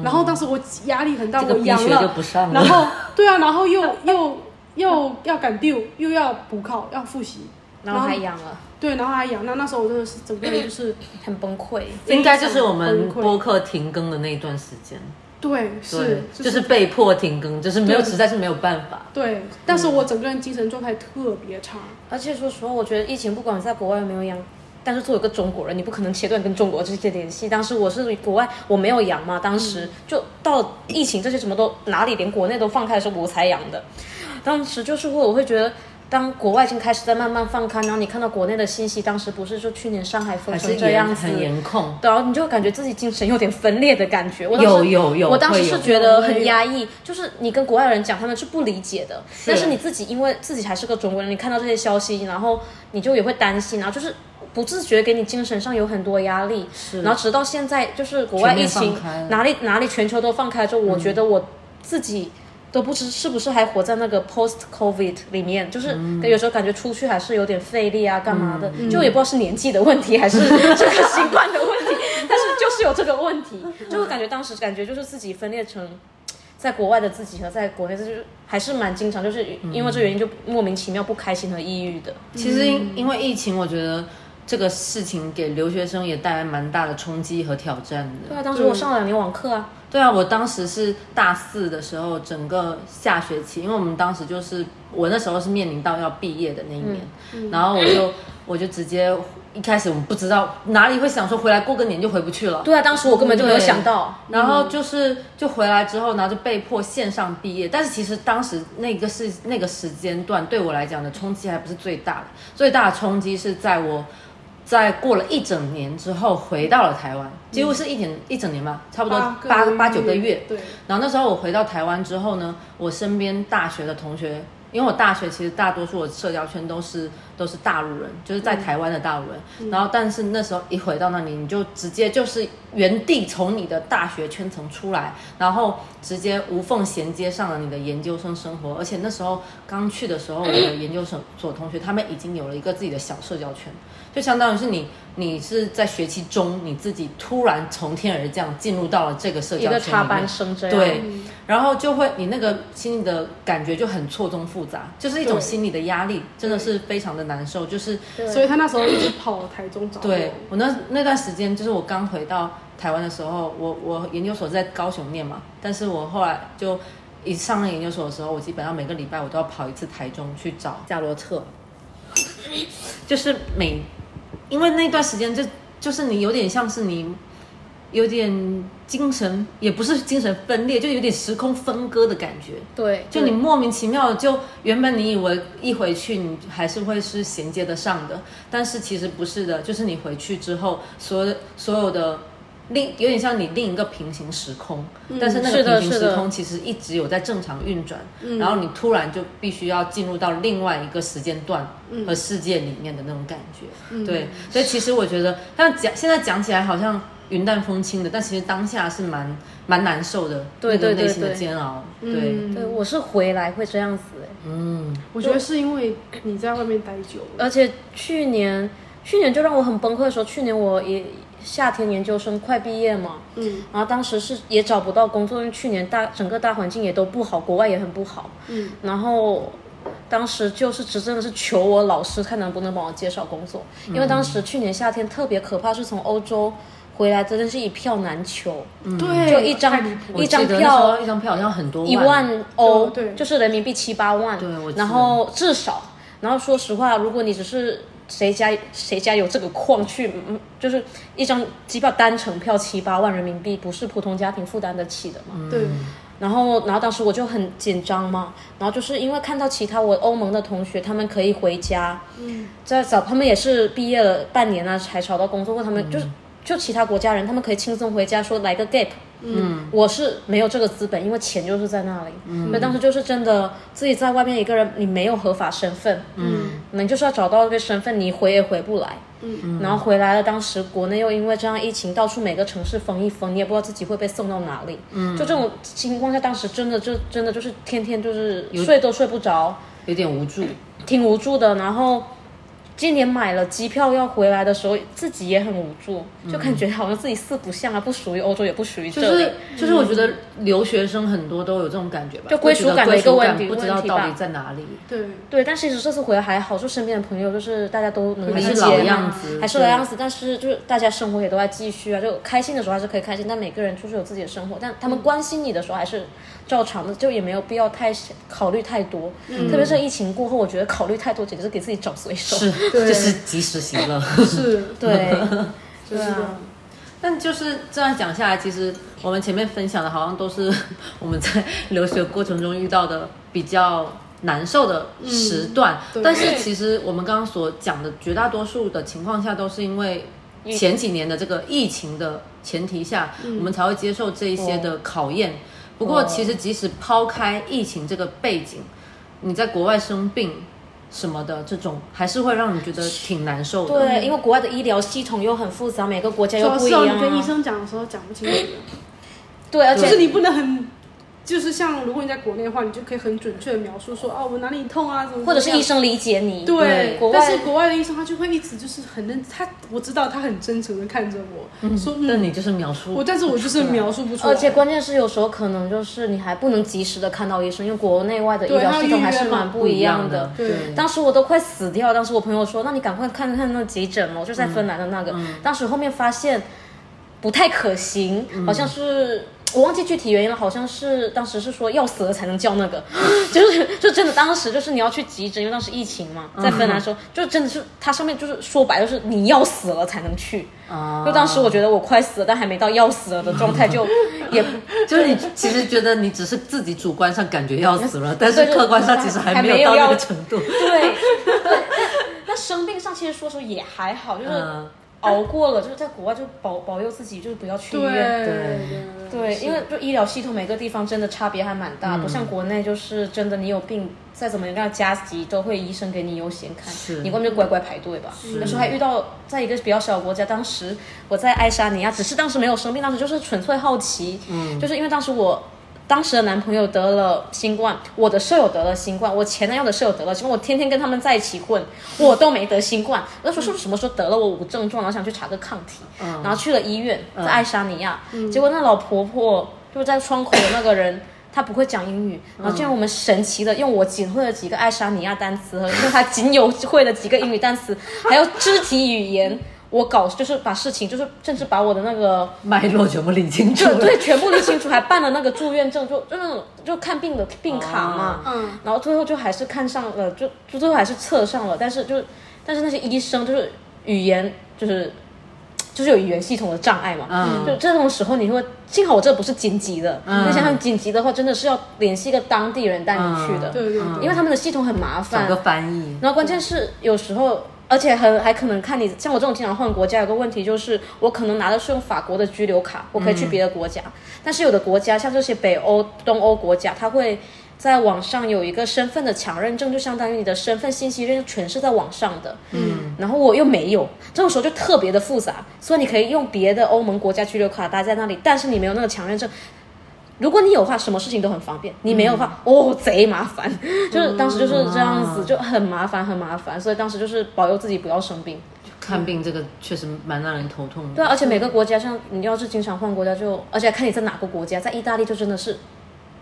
[SPEAKER 3] 然后当时我压力很大，
[SPEAKER 2] 这个
[SPEAKER 3] 我
[SPEAKER 2] 必
[SPEAKER 3] 阳
[SPEAKER 2] 学就
[SPEAKER 3] 了，
[SPEAKER 2] 不上
[SPEAKER 3] 然
[SPEAKER 2] 了，
[SPEAKER 3] 后对啊，然后又又又要赶 due，又要补考，要复习，
[SPEAKER 1] 然后还阳了，
[SPEAKER 3] 对，然后还养。那那时候我真的是整 个人就是
[SPEAKER 1] 很崩溃。
[SPEAKER 2] 应该就是我们
[SPEAKER 3] 崩溃
[SPEAKER 2] 播客停更的那一段时间，
[SPEAKER 3] 对
[SPEAKER 2] 对
[SPEAKER 3] 是，
[SPEAKER 2] 就是被迫停更，就是没有，
[SPEAKER 3] 对
[SPEAKER 2] 实在是没有办法。
[SPEAKER 3] 对，但
[SPEAKER 2] 嗯
[SPEAKER 3] 是我整个人精神状态特别差。
[SPEAKER 1] 而且说实话，我觉得疫情不管在国外有没有阳，但是作为一个中国人，你不可能切断跟中国这些联系。当时我是国外，我没有阳嘛，当
[SPEAKER 2] 嗯
[SPEAKER 1] 时就到疫情这些什么都哪里连国内都放开的时候，我才阳的。当时就是会，我会觉得。当国外已经开始在慢慢放开，然后你看到国内的信息，当时不是就去年上海封
[SPEAKER 2] 还是
[SPEAKER 1] 成这样
[SPEAKER 2] 严
[SPEAKER 1] 子，
[SPEAKER 2] 很严控，
[SPEAKER 1] 然后你就感觉自己精神有点分裂的感觉。我当时
[SPEAKER 2] 有有有，
[SPEAKER 1] 我当时
[SPEAKER 2] 会有
[SPEAKER 1] 是觉得很压抑，就是你跟国外人讲，他们是不理解的。但是你自己因为自己还是个中国人，你看到这些消息，然后你就也会担心，然后就是不自觉给你精神上有很多压力。
[SPEAKER 2] 是
[SPEAKER 1] 然后直到现在，就是国外疫
[SPEAKER 2] 全面
[SPEAKER 1] 情
[SPEAKER 2] 放开了
[SPEAKER 1] 哪里哪里全球都放开之后，我觉得我自己。都不知是不是还活在那个 post covid 里面，就是有时候感觉出去还是有点费力啊，干嘛的，就也不知道是年纪的问题还是 这个新冠的问题， 但是就是有这个问题，就会感觉当时感觉就是自己分裂成。在国外的自己和在国内，就是还是蛮经常，就是因为这原因就莫名其妙不开心和抑郁的。
[SPEAKER 2] 其实因
[SPEAKER 3] 嗯
[SPEAKER 2] 因为疫情，我觉得这个事情给留学生也带来蛮大的冲击和挑战的。
[SPEAKER 1] 对啊，当时我上了两年网课啊，
[SPEAKER 2] 对啊，我当时是大四的时候，整个下学期，因为我们当时就是我那时候是面临到要毕业的那一年，
[SPEAKER 1] 嗯
[SPEAKER 2] 然后我就我就直接一开始我们不知道哪里会想说回来过个年就回不去了，
[SPEAKER 1] 对啊，嗯当时我根本就没有想到，
[SPEAKER 2] 然后就是就回来之后，然后就被迫线上毕业。但是其实当时那个是那个时间段对我来讲的冲击还不是最大的，最大的冲击是在我在过了一整年之后回到了台湾，几
[SPEAKER 1] 嗯
[SPEAKER 2] 乎是一年、一整年吧，差不多
[SPEAKER 1] 啊
[SPEAKER 3] 个
[SPEAKER 2] 八
[SPEAKER 3] 月
[SPEAKER 2] 八九个月。
[SPEAKER 3] 对，
[SPEAKER 2] 然后那时候我回到台湾之后呢，我身边大学的同学，因为我大学其实大多数我社交圈都是都是大陆人，就是
[SPEAKER 1] 嗯
[SPEAKER 2] 在台湾的大陆人。然后但是那时候一回到那里，你就直接就是原地从你的大学圈层出来，然后直接无缝衔接上了你的研究生生活。而且那时候刚去的时候，我的研究所所同学他们已经有了一个自己的小社交圈，就相当于是你。你是在学期中，你自己突然从天而降进入到了这个社交
[SPEAKER 1] 一
[SPEAKER 2] 圈里
[SPEAKER 1] 个
[SPEAKER 2] 面，
[SPEAKER 1] 插班生这样。嗯
[SPEAKER 2] 对，然后就会你那个心里的感觉就很错综复杂，就是一种
[SPEAKER 1] 对
[SPEAKER 2] 心理的压力，真的是非常的难受。就是
[SPEAKER 1] 对，
[SPEAKER 3] 所以他那时候一直跑台中找我。
[SPEAKER 2] 对我那那段时间，就是我刚回到台湾的时候，我我研究所在高雄念嘛，但是我后来就一上了研究所的时候，我基本上每个礼拜我都要跑一次台中去找夏洛特， 就是每因为那段时间就就是你有点像是你有点精神也不是精神分裂，就有点时空分割的感觉。
[SPEAKER 1] 对，
[SPEAKER 2] 就你莫名其妙地就原本你以为一回去你还是会是衔接得上的，但是其实不是的，就是你回去之后，所有所有的另有点像你另一个平行时空，但是那
[SPEAKER 1] 嗯是的
[SPEAKER 2] 个平行
[SPEAKER 1] 是的
[SPEAKER 2] 时空其实一直有在正常运转，
[SPEAKER 3] 嗯
[SPEAKER 2] 然后你突然就必须要进入到另外一个时间段
[SPEAKER 3] 嗯
[SPEAKER 2] 和世界里面的那种感觉，
[SPEAKER 3] 嗯
[SPEAKER 2] 对，所以其实我觉得，像讲现在讲起来好像云淡风轻的，但其实当下是蛮蛮难受的，
[SPEAKER 1] 对
[SPEAKER 2] 那个
[SPEAKER 1] 对对
[SPEAKER 2] 内心的
[SPEAKER 1] 对
[SPEAKER 2] 煎熬，对。
[SPEAKER 3] 嗯
[SPEAKER 1] 对，呃我是回来会这样子、欸。
[SPEAKER 2] 嗯，
[SPEAKER 3] 我觉得是因为你在外面待久了，
[SPEAKER 1] 而且去年，去年就让我很崩溃的时候，去年我也夏天研究生快毕业嘛，
[SPEAKER 3] 嗯，
[SPEAKER 1] 然后当时是也找不到工作，因为去年大整个大环境也都不好，国外也很不好，
[SPEAKER 3] 嗯，
[SPEAKER 1] 然后。当时就是只真的是求我老师看能不能帮我介绍工作，因
[SPEAKER 2] 嗯
[SPEAKER 1] 为当时去年夏天特别可怕，是从欧洲回来真的是一票难求，
[SPEAKER 2] 嗯
[SPEAKER 3] 对，
[SPEAKER 1] 就一
[SPEAKER 3] 太
[SPEAKER 1] 张
[SPEAKER 3] 离谱了
[SPEAKER 1] 一张
[SPEAKER 2] 记得那时候
[SPEAKER 1] 票
[SPEAKER 2] 一张票好像很多
[SPEAKER 1] 一万欧，
[SPEAKER 3] 对对
[SPEAKER 1] 就是人民币七八万，
[SPEAKER 2] 对我记得
[SPEAKER 1] 然后至少。然后说实话，如果你只是谁家谁家有这个矿去，嗯就是一张机票单程票七八万人民币，不是普通家庭负担得起的嘛。
[SPEAKER 2] 嗯
[SPEAKER 3] 对，
[SPEAKER 1] 然后，然后当时我就很紧张嘛，然后就是因为看到其他我欧盟的同学，他们可以回家，
[SPEAKER 3] 嗯，
[SPEAKER 1] 在找他们也是毕业了半年啊才找到工作，或他们就是就其他国家人，他们可以轻松回家，说来个 gap，嗯，我是没有这个资本，因为钱就是在那里，嗯，所以当时就是真的自己在外面一个人，你没有合法身份，
[SPEAKER 3] 嗯，
[SPEAKER 1] 你就是要找到一个身份，你回也回不来，
[SPEAKER 3] 嗯
[SPEAKER 1] 然后回来了，当时国内又因为这样疫情，到处每个城市封一封，你也不知道自己会被送到哪里，嗯，就这种情况下，当时真的就真的就是天天就是睡都睡不着，
[SPEAKER 2] 有点无助。
[SPEAKER 1] 挺无助的。然后今年买了机票要回来的时候，自己也很无助，就感觉好像自己四不像啊，不属于欧洲，也不属于这
[SPEAKER 2] 嗯就
[SPEAKER 1] 里。
[SPEAKER 2] 是就是，我觉得留学生很多都有这种感觉吧，
[SPEAKER 1] 就归属感的一个问题
[SPEAKER 2] 不知道到
[SPEAKER 1] 问
[SPEAKER 2] 底
[SPEAKER 1] 题吧
[SPEAKER 2] 在哪里。
[SPEAKER 3] 对，
[SPEAKER 1] 对，但其实这次回来还好，就身边的朋友就是大家都能
[SPEAKER 2] 还
[SPEAKER 1] 理
[SPEAKER 2] 是
[SPEAKER 1] 解
[SPEAKER 2] 老
[SPEAKER 1] 嘛
[SPEAKER 2] 样子
[SPEAKER 1] 还是老
[SPEAKER 2] 对
[SPEAKER 1] 样子，但是就是大家生活也都在继续啊，就开心的时候还是可以开心，但每个人就是有自己的生活，但
[SPEAKER 2] 嗯
[SPEAKER 1] 他们关心你的时候还是照常的，就也没有必要太考虑太多，特别是疫情过后，我觉得考虑太多简直是给自己找罪受。
[SPEAKER 2] 嗯是，
[SPEAKER 3] 对
[SPEAKER 2] 就是及时行 乐。
[SPEAKER 3] 是，
[SPEAKER 1] 对，
[SPEAKER 3] 就是这样。
[SPEAKER 2] 但就是这样讲下来，其实我们前面分享的好像都是 我们在留学过程中遇到的比较难受的时
[SPEAKER 1] 嗯
[SPEAKER 2] 段，
[SPEAKER 3] 对
[SPEAKER 2] 但是其实我们刚刚所讲的绝大多数的情况下，都是因为前几年的这个疫情的前提下，
[SPEAKER 1] 嗯
[SPEAKER 2] 我们才会接受这一些的考验。
[SPEAKER 1] 哦
[SPEAKER 2] 不过其实即使抛开疫情这个背景，你在国外生病。什么的这种还是会让你觉得挺难受的，
[SPEAKER 1] 对，因为国外的医疗系统又很复杂，每个国家
[SPEAKER 3] 嗯主
[SPEAKER 1] 又
[SPEAKER 3] 要
[SPEAKER 1] 不
[SPEAKER 3] 是
[SPEAKER 1] 一
[SPEAKER 3] 要
[SPEAKER 1] 样
[SPEAKER 3] 你跟医
[SPEAKER 1] 啊。
[SPEAKER 3] 生讲的时候讲不清楚的，
[SPEAKER 1] 对，而
[SPEAKER 3] 就
[SPEAKER 1] 且
[SPEAKER 3] 是你不能很，就是像如果你在国内的话，你就可以很准确的描述说，哦，我哪里痛啊，怎么
[SPEAKER 1] 或者是医
[SPEAKER 3] 生。
[SPEAKER 1] 生理解你，
[SPEAKER 3] 对，
[SPEAKER 1] 国外
[SPEAKER 3] 但是国外的医生他就会一直就是很认，他我知道他很真诚的看着我、说，
[SPEAKER 2] 但
[SPEAKER 3] 嗯，
[SPEAKER 2] 你就是描述
[SPEAKER 3] 我但是我就是描述不出来，
[SPEAKER 1] 而且关键是有时候可能就是你还不能及时的看到医生，因为国内外的医
[SPEAKER 3] 对
[SPEAKER 1] 疗
[SPEAKER 3] 还有
[SPEAKER 1] 系统还
[SPEAKER 3] 预约
[SPEAKER 1] 是
[SPEAKER 3] 嘛
[SPEAKER 1] 蛮不一样的。
[SPEAKER 3] 对
[SPEAKER 1] 当时我都快死掉，当时我朋友说：“那你赶快看看那急诊
[SPEAKER 2] 嗯
[SPEAKER 1] 哦，就在芬兰的那个。当时后面发现不太可行，
[SPEAKER 2] 嗯
[SPEAKER 1] 好像是我忘记具体原因了，好像是当时是说要死了才能叫那 个，就是就真的当时就是你要去急诊，因为当时疫情嘛，
[SPEAKER 2] 嗯
[SPEAKER 1] 在芬兰的时候、就真的是它上面就是说白了就是你要死了才能去。
[SPEAKER 2] 啊
[SPEAKER 1] 就当时我觉得我快死了，但还没到要死了的状态，就 也
[SPEAKER 2] 就是你其实觉得你只是自己主观上感觉要死了，但是
[SPEAKER 1] 对对
[SPEAKER 2] 客观上其实还
[SPEAKER 1] 还
[SPEAKER 2] 没
[SPEAKER 1] 没
[SPEAKER 2] 有
[SPEAKER 1] 有
[SPEAKER 2] 到那个
[SPEAKER 1] 要
[SPEAKER 2] 程度。
[SPEAKER 1] 对 对。但那生病上其实说实话也还好，就是
[SPEAKER 2] 嗯，
[SPEAKER 1] 熬过了，就是在国外就保保佑自己，就是不要去医
[SPEAKER 3] 对
[SPEAKER 1] 院。
[SPEAKER 2] 对嗯
[SPEAKER 1] 对，因为就医疗系统每个地方真的差别还蛮大，不像国内就是真的你有病再怎么样加急都会医生给你优先看
[SPEAKER 2] 是，
[SPEAKER 1] 你根本就乖乖排队吧。那时候还遇到在一个比较小的国家，当时我在爱沙尼亚，只是当时没有生病，当时就是纯粹好奇，
[SPEAKER 2] 嗯
[SPEAKER 1] 就是因为当时我。当时的男朋友得了新冠，我的舍友得了新冠，我前男友的舍友得了新冠，我天天跟他们在一起混，我都没得新冠。我就说是不是什么时候得了我无症状，然后想去查个抗体，然后去了医院，在爱沙尼亚，结果那老婆婆就在窗口的那个人。她不会讲英语，然后就让我们神奇的用我仅会的几个爱沙尼亚单词和用她仅有会的几个英语单词，还有肢体语言，我搞就是把事情就是甚至把我的那个
[SPEAKER 2] 脉络全部理清楚
[SPEAKER 1] 就
[SPEAKER 2] 了。
[SPEAKER 1] 对，全部理清楚，还办了那个住院证，就就那种就看病的病卡嘛。
[SPEAKER 3] 嗯，
[SPEAKER 1] 然后最后就还是看上了，就就最后还是测上了，但是就但是那些医生就是语言就是就是有语言系统的障碍嘛。
[SPEAKER 2] 嗯
[SPEAKER 1] 就这种时候，你会幸好我这不是紧急的，那像他们紧急的话，真的是要联系一个当地人带你去的，
[SPEAKER 3] 对对
[SPEAKER 1] 因为他们的系统很麻
[SPEAKER 2] 找
[SPEAKER 1] 烦
[SPEAKER 2] 个。翻译，
[SPEAKER 1] 然后关键是有时候，而且很还可能看你，像我这种经常换国家，有个问题就是我可能拿的是用法国的居留卡，我可以去别的国家，但是有的国家像这些北欧、东欧国家，它会。在网上有一个身份的强认证，就相当于你的身份信息认全是在网上的。嗯，然后我又没有，这种时候就特别的复杂。所以你可以用别的欧盟国家居留卡待在那里，但是你没有那个强认证，如果你有的话，什么事情都很方便；你没有的话，哦，贼麻烦。就是当时就是这样子，就很麻烦，很麻烦。所以当时就是保佑自己不要生病。
[SPEAKER 2] 看病这个确实蛮让人头痛的。
[SPEAKER 1] 对啊，而且每个国家，像你要是经常换国家就，而且看你在哪个国家，在意大利就真的是，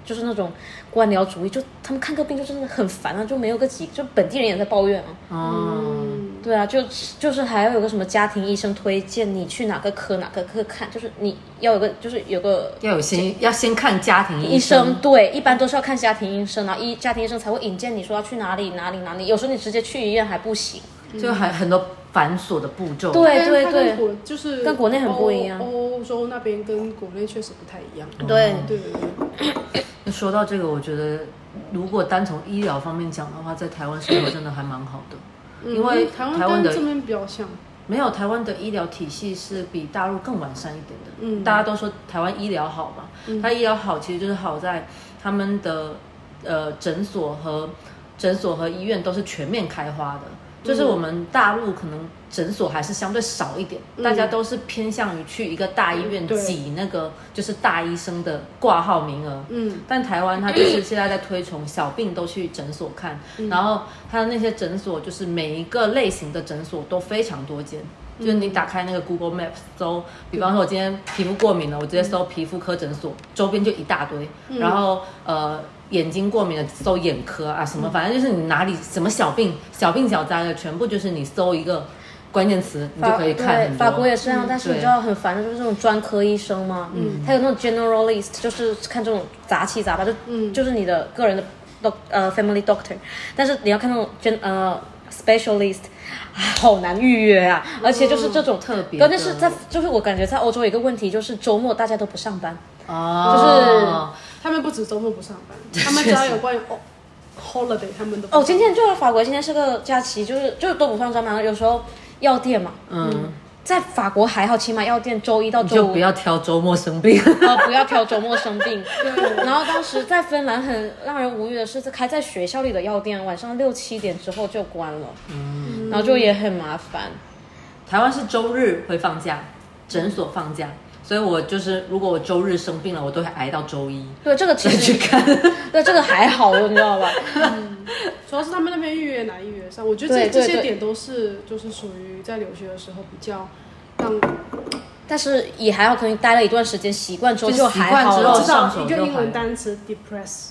[SPEAKER 1] 就是那种官僚主义，就他们看个病就真的很烦啊，就没有个几，就本地人也在抱怨啊。
[SPEAKER 2] 哦，
[SPEAKER 1] 对啊，就就是还要有个什么家庭医生推荐你去哪个科哪个科看，就是你要有个就是有个
[SPEAKER 2] 要有
[SPEAKER 1] 嗯
[SPEAKER 2] 先要先看家庭
[SPEAKER 1] 医
[SPEAKER 2] 医
[SPEAKER 1] 生，对，一般都是要看家庭医生，然后医家庭医生才会引荐你说要去哪里哪里哪里，有时候你直接去医院还不行。
[SPEAKER 2] 就还很多繁琐的步骤。
[SPEAKER 1] 对
[SPEAKER 3] 但它
[SPEAKER 1] 对
[SPEAKER 3] 跟国就是
[SPEAKER 1] 跟国内很不一样
[SPEAKER 3] 欧欧洲那边跟国内确实不太一样。
[SPEAKER 1] 对，
[SPEAKER 3] 对嗯对对，
[SPEAKER 2] 说到这个，我觉得如果单从医疗方面讲的话，在台湾生活真的还蛮好的，
[SPEAKER 3] 嗯
[SPEAKER 2] 因为
[SPEAKER 3] 台湾
[SPEAKER 2] 台湾的
[SPEAKER 3] 跟这边比较像，
[SPEAKER 2] 没有台湾的医疗体系是比大陆更完善一点的。
[SPEAKER 3] 嗯
[SPEAKER 2] 大家都说台湾医疗好嘛，它医疗好其实就是好在他们的呃诊所和诊所和医院都是全面开花的。就是我们大陆可能诊所还是相对少一点，大家都是偏向于去一个大医院
[SPEAKER 3] 嗯对
[SPEAKER 2] 挤那个就是大医生的挂号名额。
[SPEAKER 3] 嗯，
[SPEAKER 2] 但台湾它就是现在在推崇小病都去诊所看，然后它的那些诊所就是每一个类型的诊所都非常多间。就是你打开那个 Google Map 搜，比方说我今天皮肤过敏了，我直接搜皮肤科诊所，周边就一大堆。然后呃，眼睛过敏了搜眼科啊什么，反正就是你哪里什么小病、小病小灾的，全部就是你搜一个关键词，你就
[SPEAKER 1] 法
[SPEAKER 2] 可以看
[SPEAKER 1] 对
[SPEAKER 2] 很多。哦嗯
[SPEAKER 1] 法国也是这样，但是你
[SPEAKER 2] 对
[SPEAKER 1] 知道很烦的就是这种专科医生嘛，嗯，他有那种 generalist，就是看这种杂七杂八，就、
[SPEAKER 3] 嗯
[SPEAKER 1] 就是你的个人的 doc 呃 family doctor，但是你要看那种 gen 呃 specialist，啊，好难预约啊，而且就是这种、
[SPEAKER 2] 哦特别的
[SPEAKER 1] 关键是在就是我感觉在欧洲有一个问题就是周末大家都不上班，
[SPEAKER 2] 哦，
[SPEAKER 3] 他们不止周末不上班，他们只要有关于哦 holiday，他们都不
[SPEAKER 1] 哦，今天就是法国今天是个假期，就是就是都不上班嘛，有时候药店嘛，
[SPEAKER 2] 嗯，
[SPEAKER 1] 在法国还好，起码药店周一到
[SPEAKER 2] 就
[SPEAKER 1] 周五
[SPEAKER 2] 不要挑周末生病。
[SPEAKER 1] 啊，不要挑周末生病。 然后当时在芬兰很让人无语的是，开在学校里的药店晚上六七点之后就关了，
[SPEAKER 2] 嗯
[SPEAKER 1] 然后就也很麻烦。
[SPEAKER 2] 台湾是周日会放假，诊所放假，所以我就是如果我周日生病了，我都会挨到周一
[SPEAKER 1] 对这个其
[SPEAKER 2] 再去
[SPEAKER 1] 实，
[SPEAKER 2] 看。
[SPEAKER 1] 对这个还好，你知道吧？
[SPEAKER 3] 主要是他们那边预约难预约上，我觉得
[SPEAKER 1] 对
[SPEAKER 3] 这
[SPEAKER 1] 对
[SPEAKER 3] 这些
[SPEAKER 1] 对
[SPEAKER 3] 点都是就是属于在留学的时候比较让
[SPEAKER 1] 嗯但是也还好，可能待了一段时间，习惯之后
[SPEAKER 2] 就习
[SPEAKER 1] 还
[SPEAKER 2] 惯
[SPEAKER 1] 好
[SPEAKER 2] 之
[SPEAKER 1] 了。
[SPEAKER 2] 后
[SPEAKER 3] 至
[SPEAKER 2] 上手
[SPEAKER 3] 少一
[SPEAKER 2] 就
[SPEAKER 3] 个英
[SPEAKER 2] 好了
[SPEAKER 3] 文单词 depress，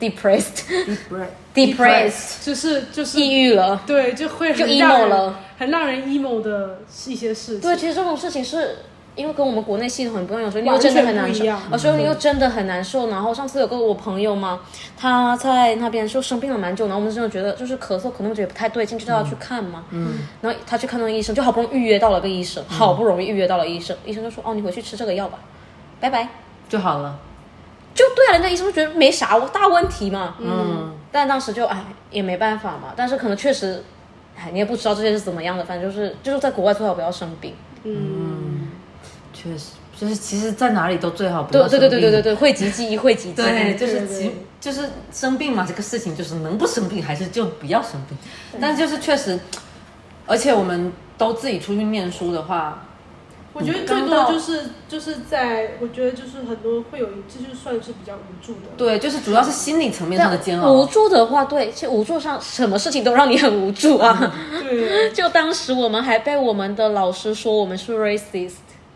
[SPEAKER 1] depressed，depressed，
[SPEAKER 2] Depressed
[SPEAKER 3] 就是就是
[SPEAKER 1] 抑郁了。
[SPEAKER 3] 对，就会
[SPEAKER 1] 就
[SPEAKER 3] 很让
[SPEAKER 1] emo
[SPEAKER 3] 人
[SPEAKER 1] 了，
[SPEAKER 3] 很让人 emo 的一些事情。
[SPEAKER 1] 对，其实这种事情是因为跟我们国内系统很不一样，有时候你又
[SPEAKER 3] 完
[SPEAKER 1] 真的
[SPEAKER 3] 全
[SPEAKER 1] 很
[SPEAKER 3] 不
[SPEAKER 1] 难
[SPEAKER 3] 一
[SPEAKER 1] 受
[SPEAKER 3] 样，嗯
[SPEAKER 1] 有时候你又真的很难受。然后上次有个我朋友嘛，他在那边就生病了蛮久，然后我们真的觉得就是咳嗽，可能觉得不太对劲，就叫他去看嘛。嗯。然后他去看那个医生，就好不容易预约到了个医生，好不容易预约到了医生，医生就说：“哦，你回去吃这个药吧，拜拜。
[SPEAKER 2] 就好了。”
[SPEAKER 1] 就对啊，人家医生就觉得没啥大问题嘛。嗯。但当时就哎也没办法嘛，但是可能确实，哎你也不知道这些是怎么样的，反正就是就是在国外最好不要生病。
[SPEAKER 3] 嗯，
[SPEAKER 2] 确实，就是其实在哪里都最好不
[SPEAKER 1] 对
[SPEAKER 2] 要
[SPEAKER 1] 对
[SPEAKER 2] 生
[SPEAKER 1] 对
[SPEAKER 2] 病。
[SPEAKER 1] 对对对对，汇集记忆，汇集记
[SPEAKER 2] 对，
[SPEAKER 1] 忆。
[SPEAKER 2] 就是
[SPEAKER 3] 对
[SPEAKER 2] 其就是生病嘛，这个事情就是能不生病还是就不要生病。但就是确实，而且我们都自己出去念书的话，
[SPEAKER 3] 我
[SPEAKER 1] 嗯
[SPEAKER 3] 觉得最多就是就是在，我觉得就是很多会有，这就算是比较无助的。
[SPEAKER 2] 对，就是主要是心理层面上的煎
[SPEAKER 1] 无
[SPEAKER 2] 熬。
[SPEAKER 1] 助的话，对，其实无助上什么事情都让你很无助啊。
[SPEAKER 3] 对
[SPEAKER 1] 就当时我们还被我们的老师说我们是 racist，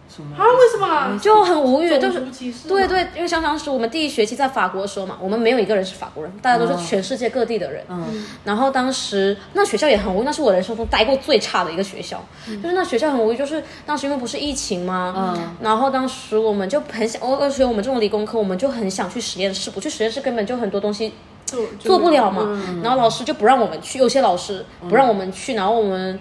[SPEAKER 2] 什么
[SPEAKER 3] 啊？，为什么啊？
[SPEAKER 1] 就很无语，就
[SPEAKER 3] 种
[SPEAKER 1] 是
[SPEAKER 3] 族。歧视吗？
[SPEAKER 1] 对对，因为像当时我们第一学期在法国的时候嘛，我们没有一个人是法国人，大家都是全世界各地的人。
[SPEAKER 2] 嗯，
[SPEAKER 1] 然后当时那学校也很无语，那是我人生中待过最差的一个学校，就是那学校很无语，就是当时因为不是疫情嘛，
[SPEAKER 2] 嗯
[SPEAKER 1] 然后当时我们就很想，哦而且我们这种理工科，我们就很想去实验室，不去实验室根本就很多东西
[SPEAKER 3] 做
[SPEAKER 1] 做不了嘛。
[SPEAKER 3] 嗯
[SPEAKER 1] 然后老师就不让我们去，有些老师不让我们去，然后我们，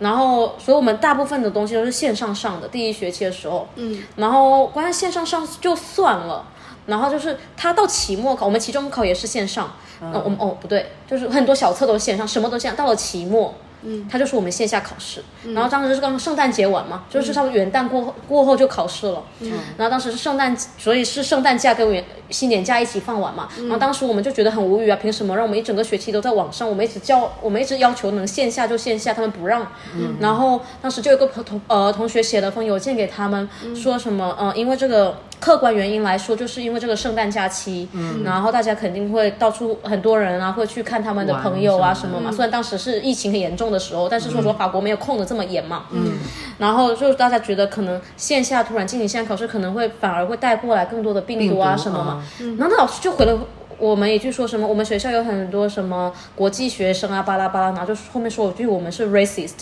[SPEAKER 1] 然后所以我们大部分的东西都是线上上的。第一学期的时候，
[SPEAKER 3] 嗯，
[SPEAKER 1] 然后关于线上上就算了。然后就是他到期末考，我们期中考也是线上，
[SPEAKER 3] 嗯
[SPEAKER 1] 那、我们哦不对，就是很多小测都是线上，什么都线上。到了期末，
[SPEAKER 3] 嗯，
[SPEAKER 1] 他就说我们线下考试。然后当时是刚圣诞节晚嘛，
[SPEAKER 3] 嗯
[SPEAKER 1] 就是差不多元旦过后过后就考试了。嗯，然后当时是圣诞，所以是圣诞假跟元新年假一起放完嘛。然后当时我们就觉得很无语啊，凭什么让我们一整个学期都在网上？我们一直叫，我们一直要求能线下就线下，他们不让。
[SPEAKER 2] 嗯
[SPEAKER 1] 然后当时就有个朋同呃同学写了封邮件给他们，
[SPEAKER 2] 嗯
[SPEAKER 1] 说什么呃因为这个客观原因来说，就是因为这个圣诞假期，
[SPEAKER 2] 嗯
[SPEAKER 1] 然后大家肯定会到处很多人啊会去看他们的
[SPEAKER 2] 玩
[SPEAKER 1] 朋友啊
[SPEAKER 2] 什
[SPEAKER 1] 什
[SPEAKER 2] 么
[SPEAKER 1] 么
[SPEAKER 2] 的嗯
[SPEAKER 1] 嘛。虽然当时是疫情很严重的时候，但是说实话法国没有控的这么严嘛。嗯，然后就是大家觉得可能线下突然进行线下考试，可能会反而会带过来更多的病毒啊
[SPEAKER 2] 病毒
[SPEAKER 1] 什么嘛。然后那老师就回了我们一句说什么，我们学校有很多什么国际学生啊，巴拉巴拉，然后就后面说一句我们是 racist。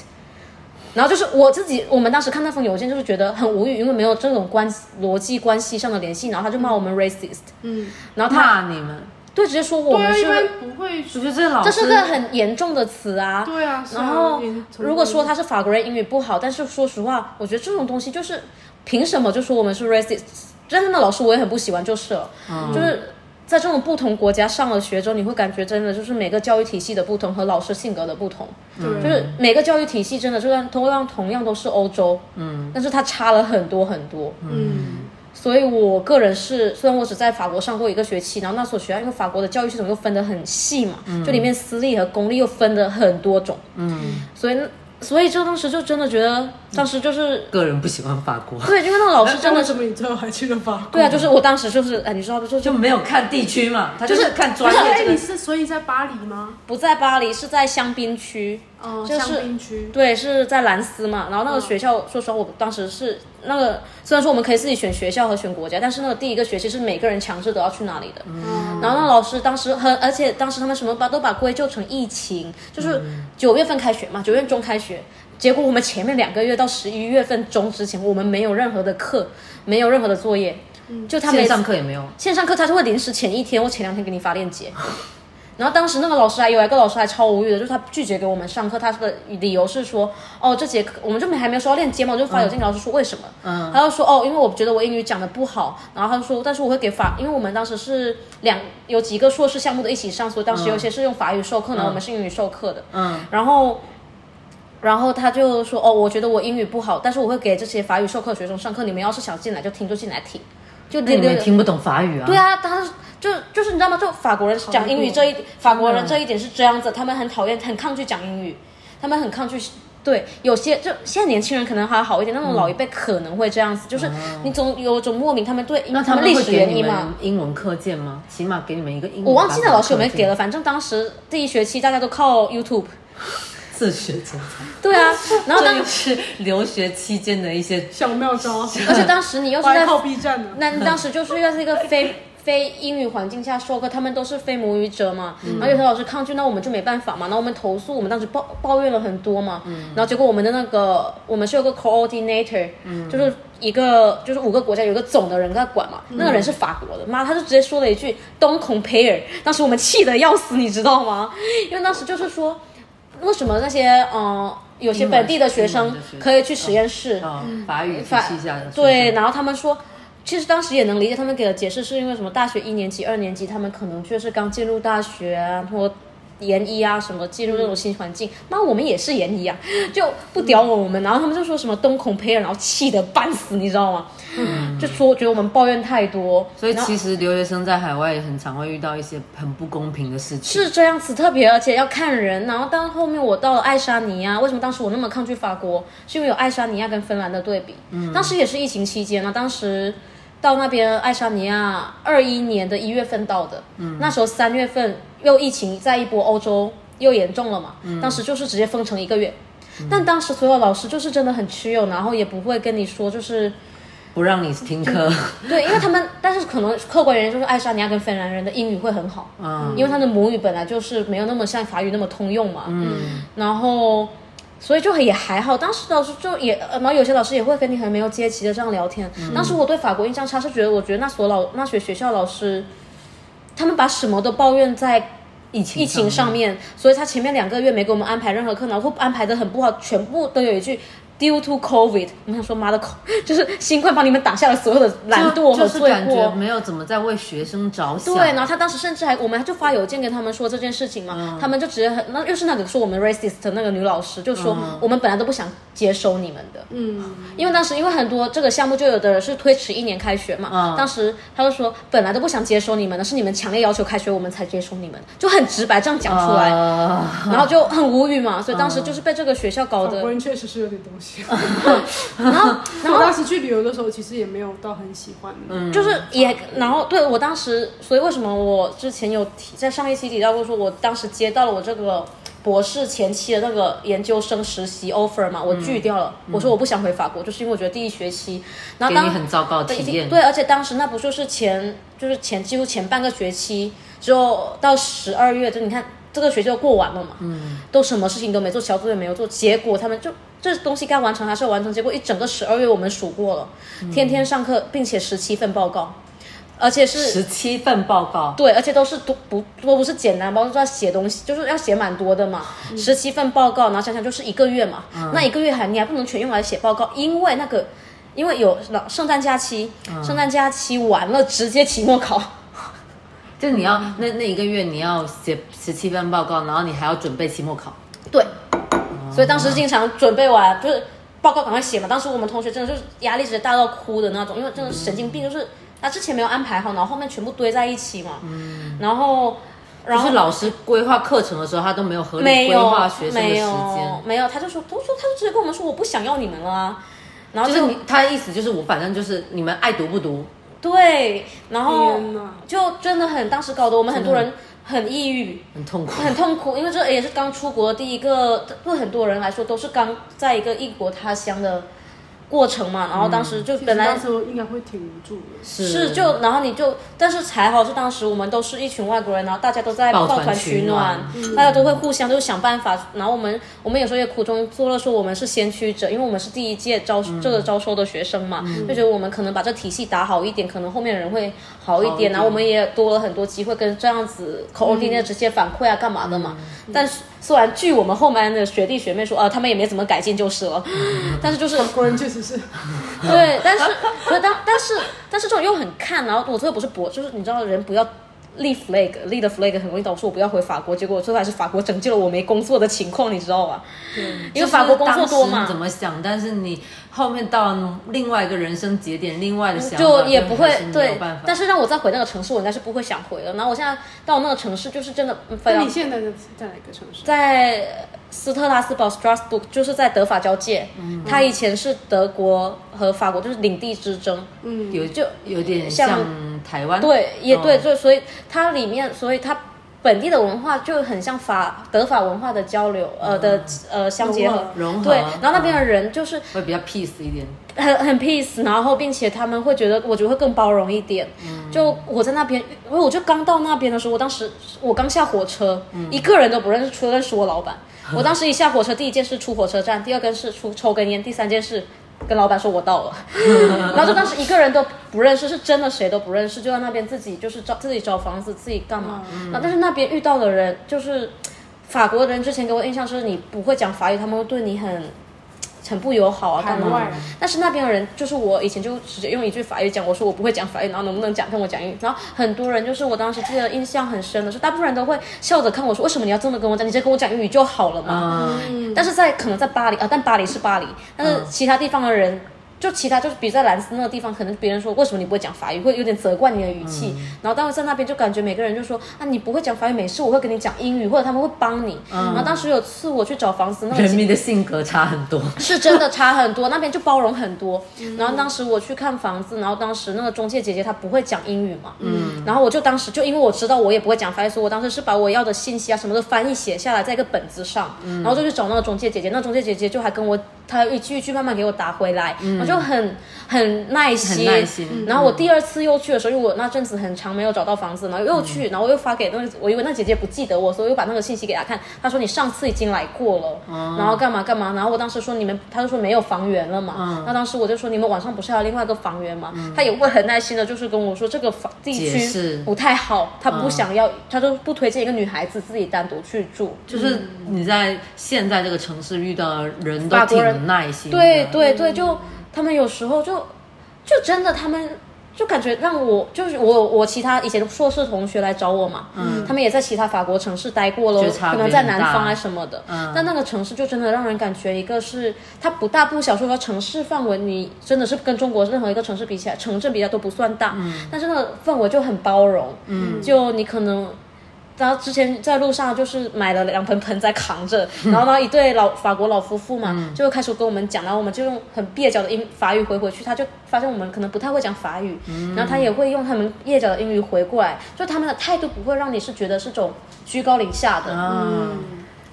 [SPEAKER 1] 然后就是我自己，我们当时看那封邮件就是觉得很无语，因为没有这种关系逻辑关系上的联系，然后他就骂我们 racist，
[SPEAKER 3] 嗯，
[SPEAKER 1] 然后他
[SPEAKER 2] 骂你们，
[SPEAKER 1] 对直接说我们
[SPEAKER 3] 对啊，一
[SPEAKER 1] 是，
[SPEAKER 3] 般不会
[SPEAKER 2] 我
[SPEAKER 3] 说，
[SPEAKER 2] 觉得这老
[SPEAKER 1] 这
[SPEAKER 2] 师
[SPEAKER 1] 是个很严重的词啊，
[SPEAKER 3] 对啊。是啊
[SPEAKER 1] 然后
[SPEAKER 3] 也从
[SPEAKER 1] 如果说他是法国人，英语不好，但是说实话，我觉得这种东西就是凭什么就说我们是 racist？真的，那老师我也很不喜欢，就是了，就是在这种不同国家上了学之后，你会感觉真的就是每个教育体系的不同和老师性格的不同，
[SPEAKER 3] 对
[SPEAKER 1] 就是每个教育体系真的就算同样同样都是欧洲，嗯，但是它差了很多很多，
[SPEAKER 3] 嗯，
[SPEAKER 1] 所以我个人是，虽然我只在法国上过一个学期，然后那所学校因为法国的教育系统又分得很细嘛，就里面私立和公立又分得很多种，嗯，所以那所以就当时就真的觉得，当时就是、
[SPEAKER 2] 个人不喜欢法国，
[SPEAKER 1] 对，因为那个老师真的
[SPEAKER 3] 那为
[SPEAKER 1] 是
[SPEAKER 3] 什，么你最后还去了法国？
[SPEAKER 1] 对啊，就是我当时就是，哎，你知道不？就就
[SPEAKER 2] 就没有看地区嘛，他就是看专
[SPEAKER 1] 不是
[SPEAKER 3] 哎，
[SPEAKER 2] 业。
[SPEAKER 3] 你是所以在巴黎吗？
[SPEAKER 1] 不在巴黎，是在香槟区，
[SPEAKER 3] 哦，
[SPEAKER 1] 就是
[SPEAKER 3] 香槟区。
[SPEAKER 1] 对，是在兰斯嘛。然后那个学校，说实话，我当时是那个，虽然说我们可以自己选学校和选国家，但是那个第一个学期是每个人强制都要去哪里的，
[SPEAKER 3] 嗯
[SPEAKER 1] 然后那老师当时很，而且当时他们什么把都把归咎成疫情，就是
[SPEAKER 2] 嗯
[SPEAKER 1] 九月份开学嘛，九月中开学，结果我们前面两个月到十一月份中之前，我们没有任何的课，没有任何的作业，就他
[SPEAKER 2] 嗯线
[SPEAKER 1] 们
[SPEAKER 2] 上课也没有，
[SPEAKER 1] 线上课他就会临时前一天或前两天给你发链接。 然后当时那个老师还有一个老师还超无语的，就是他拒绝给我们上课，他的理由是说，哦，这节课我们就没还没有收到链接嘛，我就发邮件给老师说为什么，嗯，他就说哦，因为我觉得我英语讲的不好，然后他就说，但是我会给法，因为我们当时是两有几个硕士项目都一起上，所以当时有些是用法语授课，然后我们是英语授课的，
[SPEAKER 2] 嗯，
[SPEAKER 1] 然后。然后他就说：“哦，我觉得我英语不好，但是我会给这些法语授课学生上课。你们要是想进来就听，就进来听，就
[SPEAKER 2] 那你们
[SPEAKER 1] 留
[SPEAKER 2] 也听不懂法语啊？
[SPEAKER 1] 对，啊，他是就就是你知道吗？就法国人讲英语这一，法国人这一点是这样子，他们很讨厌、很抗拒讲英语，他们很抗拒。对，有些就现在年轻人可能还好一点，那种老一辈可能会这样子，就是你总有种莫名他们对，因
[SPEAKER 2] 啊那
[SPEAKER 1] 为
[SPEAKER 2] 他
[SPEAKER 1] 们
[SPEAKER 2] 们
[SPEAKER 1] 历
[SPEAKER 2] 会
[SPEAKER 1] 史
[SPEAKER 2] 给
[SPEAKER 1] 原
[SPEAKER 2] 你
[SPEAKER 1] 因
[SPEAKER 2] 们
[SPEAKER 1] 嘛。
[SPEAKER 2] 英文课件吗？起码给你们一个英文。
[SPEAKER 1] 我忘记那老师有没有给了，反正当时第一学期大家都靠 YouTube。
[SPEAKER 2] 自学 教材，
[SPEAKER 1] 对 啊，然后
[SPEAKER 2] 这
[SPEAKER 1] 当
[SPEAKER 2] 就是留学期间的一些
[SPEAKER 3] 小妙招，
[SPEAKER 1] 而且当时你又
[SPEAKER 3] 我
[SPEAKER 1] 是在
[SPEAKER 3] 还靠 B 站呢。
[SPEAKER 1] 那当时就是要是一个非非英语环境下授课，他们都是非母语者嘛，然
[SPEAKER 2] 嗯
[SPEAKER 1] 后有些老师抗拒，那我们就没办法嘛，然后我们投诉，我们当时抱抱怨了很多嘛，
[SPEAKER 2] 嗯
[SPEAKER 1] 然后结果我们的那个我们是有个 coordinator，、就是
[SPEAKER 2] 嗯
[SPEAKER 1] 一个就是五个国家有一个总的人在管
[SPEAKER 2] 嗯
[SPEAKER 1] 嘛，那个人是法国的，妈他就直接说了一句 don't compare，当时我们气得要死，你知道吗？因为当时就是说为什么那些嗯、呃有些
[SPEAKER 2] 英文
[SPEAKER 1] 本地的学
[SPEAKER 2] 英
[SPEAKER 1] 生
[SPEAKER 2] 文的学生
[SPEAKER 1] 可以去实验室，
[SPEAKER 2] 呃法语体
[SPEAKER 1] 法
[SPEAKER 2] 系下的学生
[SPEAKER 1] 嗯对，，然后他们说，其实当时也能理解，他们给的解释是因为什么？大学一年级、二年级，他们可能就是刚进入大学啊，或研一啊什么，进入那种新环境。那我们也是研一啊， 就不屌我们。然后他们就说什么东孔培尔，然后气得半死，你知道吗？就说觉得我们抱怨太多，
[SPEAKER 2] 嗯所以
[SPEAKER 1] 然后
[SPEAKER 2] 其实留学生在海外也很常会遇到一些很不公平的事情。
[SPEAKER 1] 是这样子特别，而且要看人。然后当后面我到了爱沙尼亚，为什么当时我那么抗拒法国？是因为有爱沙尼亚跟芬兰的对比。嗯，当时也是疫情期间呢，当时到那边爱沙尼亚二一年的一月份到的，嗯，那时候三月份又疫情再一波，欧洲又严重了嘛，当时就是直接封城一个月。但当时所有老师就是真的很 chill，然后也不会跟你说就是
[SPEAKER 2] 不让你听
[SPEAKER 1] 嗯
[SPEAKER 2] 课，
[SPEAKER 1] 对，因为他们，但是可能客观原因就是爱沙尼亚跟芬兰人的英语会很好，
[SPEAKER 2] 嗯，
[SPEAKER 1] 因为他的母语本来就是没有那么像法语那么通用嘛，嗯，然后所以就也还好，当时老师就也，呃然后有些老师也会跟你很没有阶级的这样聊天。
[SPEAKER 2] 嗯
[SPEAKER 1] 当时我对法国印象差是觉得，我觉得那所老那所学校老师，他们把什么都抱怨在
[SPEAKER 2] 疫情
[SPEAKER 1] 疫情上面，所以他前面两个月没给我们安排任何课，然后安排的很不好，全部都有一句 due to COVID。我想说妈的， 就是新冠把你们挡下了所有的懒惰
[SPEAKER 2] 就
[SPEAKER 1] 和
[SPEAKER 2] 是
[SPEAKER 1] 罪
[SPEAKER 2] 感觉
[SPEAKER 1] 过。哦
[SPEAKER 2] 没有怎么在为学生着想。
[SPEAKER 1] 对，然后他当时甚至还，我们就发邮件跟他们说这件事情嘛，
[SPEAKER 2] 嗯
[SPEAKER 1] 他们就直接很，那又是那个说我们 racist 的那个女老师，就说、
[SPEAKER 2] 嗯
[SPEAKER 1] 我们本来都不想接收你们的，
[SPEAKER 3] 嗯，
[SPEAKER 1] 因为当时因为很多这个项目就有的人是推迟一年开学嘛，
[SPEAKER 2] 嗯
[SPEAKER 1] 当时他就说本来都不想接收你们的，是你们强烈要求开学我们才接收你们，就很直白这样讲出来，
[SPEAKER 2] 呃
[SPEAKER 1] 然后就很无语嘛，所以
[SPEAKER 2] 嗯
[SPEAKER 1] 当时就是被这个学校搞
[SPEAKER 3] 法
[SPEAKER 1] 得，
[SPEAKER 3] 国人确实是有点东西。
[SPEAKER 1] 然后然
[SPEAKER 3] 我
[SPEAKER 1] 后
[SPEAKER 3] 当时去旅游的时候，其实也没有到很喜欢。嗯，
[SPEAKER 1] 就是也，然后对我当时，所以为什么我之前有提在上一期提到过，说我当时接到了我这个博士前期的那个研究生实习 offer 嘛，我
[SPEAKER 2] 嗯
[SPEAKER 1] 拒掉了。我说我不想回法国，就是因为我觉得第一学期，然后
[SPEAKER 2] 给你
[SPEAKER 1] 当
[SPEAKER 2] 很糟糕的
[SPEAKER 1] 对一
[SPEAKER 2] 体
[SPEAKER 1] 定
[SPEAKER 2] 验。
[SPEAKER 1] 对，而且当时那不就是前就是前几乎前半个学期，只有到十二月，就你看这个学期就过完了嘛，嗯，都什么事情都没做，小组也没有做，结果他们就这东西该完成还是要完成，结果一整个十二月我们数过了，
[SPEAKER 2] 嗯
[SPEAKER 1] 天天上课，并且十七份报告，而且是
[SPEAKER 2] 十七份报告，
[SPEAKER 1] 对，而且都是都不都不是简单报告，都是要写东西，就是要写蛮多的嘛，
[SPEAKER 2] 嗯
[SPEAKER 1] 十七、份报告，然后想想就是一个月嘛，那一个月还你还不能全用来写报告，因为那个因为有老圣诞假期，
[SPEAKER 2] 嗯
[SPEAKER 1] 圣诞假期完了直接期末考，
[SPEAKER 2] 就
[SPEAKER 1] 嗯
[SPEAKER 2] 你要那那一个月你要写十七份报告，然后你还要准备期末考。
[SPEAKER 1] 对，所以当时经常准备完就是报告赶快写嘛，当时我们同学真的就是压力直接大到哭的那种，因为真的神经病，就是他之前没有安排好，然后后面全部堆在一起嘛，然后然
[SPEAKER 2] 嗯就
[SPEAKER 1] 后
[SPEAKER 2] 是老师规划课程的时候，他都没有合理
[SPEAKER 1] 没
[SPEAKER 2] 规
[SPEAKER 1] 有
[SPEAKER 2] 划学生的时
[SPEAKER 1] 没
[SPEAKER 2] 间
[SPEAKER 1] 有。没有，他就说，他说他就直接跟我们说我不想要你们了啊、然后
[SPEAKER 2] 就
[SPEAKER 1] 就是
[SPEAKER 2] 你，他的意思就是我反正就是你们爱读不读，
[SPEAKER 1] 对，然后
[SPEAKER 3] 天哪
[SPEAKER 1] 就真的很当时搞得我们很多
[SPEAKER 2] 嗯
[SPEAKER 1] 人很抑郁。
[SPEAKER 2] 很痛苦。
[SPEAKER 1] 很痛苦，因为这也是刚出国的第一个，对很多人来说都是刚在一个异国他乡的过程嘛。然后当时就
[SPEAKER 3] 其实
[SPEAKER 1] 本来
[SPEAKER 3] 当时我应该会挺无助的，
[SPEAKER 1] 是，就然后你就，但是还好是当时我们都是一群外国人，然后大家都在
[SPEAKER 2] 抱
[SPEAKER 1] 抱
[SPEAKER 2] 团
[SPEAKER 1] 团
[SPEAKER 2] 取
[SPEAKER 1] 取暖嗯
[SPEAKER 2] 暖，
[SPEAKER 1] 大家都会互相就想办法。然后我们我们有时候也苦中作乐，说我们是先驱者，因为我们是第一届招、这个招收的学生嘛，就觉得我们可能把这体系打嗯好一点，可能后面的人会好一点。
[SPEAKER 2] 好一点
[SPEAKER 1] 然后我们也多了很多机会跟这样子 coordinate 直接反馈啊，干嘛的嘛。但是虽然据我们后面的学弟学妹说，啊，他们也没怎么改进就是了，但是就是
[SPEAKER 3] 果然确 实是。
[SPEAKER 1] 对，但是可是当但是但是这种又很看，然后我最后不是博，就是你知道人不要立 flag，立的 flag 很容易导致我不要回法国，结果最后还是法国拯救了我没工作的情况，你知道吧？因为法国工作多
[SPEAKER 2] 就是当时
[SPEAKER 1] 嘛
[SPEAKER 2] 你怎，么想？但是你后面到了另外一个人生节点，另外的想法
[SPEAKER 1] 就也不会
[SPEAKER 2] 还是没有
[SPEAKER 1] 对
[SPEAKER 2] 办法，
[SPEAKER 1] 但是让我再回那个城市，我应该是不会想回了。然后我现在到那个城市，就是真的嗯非
[SPEAKER 3] 那
[SPEAKER 1] 常
[SPEAKER 3] 你现在在在哪个城市？
[SPEAKER 1] 在斯特拉斯堡 （Strasbourg） 就是在德法交界，
[SPEAKER 2] 嗯
[SPEAKER 1] 它以前是德国和法国就是领地之争，
[SPEAKER 3] 嗯，
[SPEAKER 2] 有就有点
[SPEAKER 1] 像
[SPEAKER 2] 像台湾。
[SPEAKER 1] 对，也
[SPEAKER 2] 哦
[SPEAKER 1] 对，就所以它里面，所以它本地的文化就很像法德法文化的交流，呃的呃相结合。
[SPEAKER 2] 嗯融合，嗯
[SPEAKER 1] 对，然后那边的人就是
[SPEAKER 2] 会比较 peace 一点。
[SPEAKER 1] 很很 peace，然后并且他们会觉得，我觉得会更包容一点。就我在那边，因为我就刚到那边的时候，我当时我刚下火车，一个人都不认识，除了认识我老板。我当时一下火车，第一件事出火车站，第二件事出抽根烟，第三件事跟老板说我到了。然后就当时一个人都不认识，是真的谁都不认识，就在那边自己就是找自己找房子，自己干嘛。然后但是那边遇到的人就是法国人，之前给我印象是你不会讲法语，他们会对你很很不友好啊，干
[SPEAKER 3] 海
[SPEAKER 1] 嘛？
[SPEAKER 3] 外，
[SPEAKER 1] 但是那边的人，就是我以前就直接用一句法语讲，我说我不会讲法语，然后能不能讲跟我讲英语？然后很多人就是我当时记得印象很深的是，大部分人都会笑着看我说，为什么你要这么跟我讲？你直接跟我讲英语就好了嘛。
[SPEAKER 2] 嗯，
[SPEAKER 3] 嗯，
[SPEAKER 1] 但是在可能在巴黎啊，但巴黎是巴黎，但是其他地方的人。就其他就是比如在兰斯那个地方，可能别人说为什么你不会讲法语，会有点责怪你的语气。然后当时在那边就感觉每个人就说啊你不会讲法语没事，我会跟你讲英语，或者他们会帮你。然后当时有次我去找房子，那个
[SPEAKER 2] 嗯人民的性格差很多。
[SPEAKER 1] 是真的差很多，那边就包容很多。然后当时我去看房子，然后当时那个中介姐姐她不会讲英语嘛，嗯，然后我就当时就因为我知道我也不会讲法语，所以我当时是把我要的信息啊什么的翻译写下来在一个本子上，然后就去找那个中介姐姐，那中介姐姐就还跟我她一句一句慢慢给我答回来，我就很嗯很耐心，
[SPEAKER 2] 很耐心嗯
[SPEAKER 1] 然后我第二次又去的时候，因为我那阵子很长没有找到房子，然后又去，然后我又发给那个，我以为那姐姐不记得我，所以我又把那个信息给她看。她说你上次已经来过了，然后干嘛干嘛，然后我当时说你们，她就说没有房源了嘛。那当时我就说你们晚上不是还有另外一个房源嘛？嗯她也会很耐心的，就是跟我说这个房地
[SPEAKER 2] 解释
[SPEAKER 1] 区不太好，她不想要，她就不推荐一个女孩子自己单独去住。
[SPEAKER 2] 就是你在现在这个城市遇到的人都
[SPEAKER 1] 嗯法国人
[SPEAKER 2] 挺耐心的，
[SPEAKER 1] 对对对，就他们有时候就就真的他们。就感觉让我就是我我其他以前的硕士同学来找我嘛，他们也在其他法国城市待过喽
[SPEAKER 2] 觉得，嗯差
[SPEAKER 1] 可
[SPEAKER 2] 别
[SPEAKER 1] 能在
[SPEAKER 2] 很
[SPEAKER 1] 南
[SPEAKER 2] 大嗯
[SPEAKER 1] 方啊什么的，但那个城市就真的让人感觉一个是它不大不小，说它城市范围你真的是跟中国任何一个城市比起来，城镇比较都不算大，
[SPEAKER 2] 嗯
[SPEAKER 1] 但是那个氛围就很包容，就你可能然后之前在路上就是买了两盆盆栽扛着，然后呢一对老法国老夫妇嘛，就开始跟我们讲，然后我们就用很蹩脚的英法语回回去，他就发现我们可能不太会讲法语，然后他也会用他们蹩脚的英语回过来，就他们的态度不会让你是觉得是种居高临下的，
[SPEAKER 2] 嗯，
[SPEAKER 3] 嗯，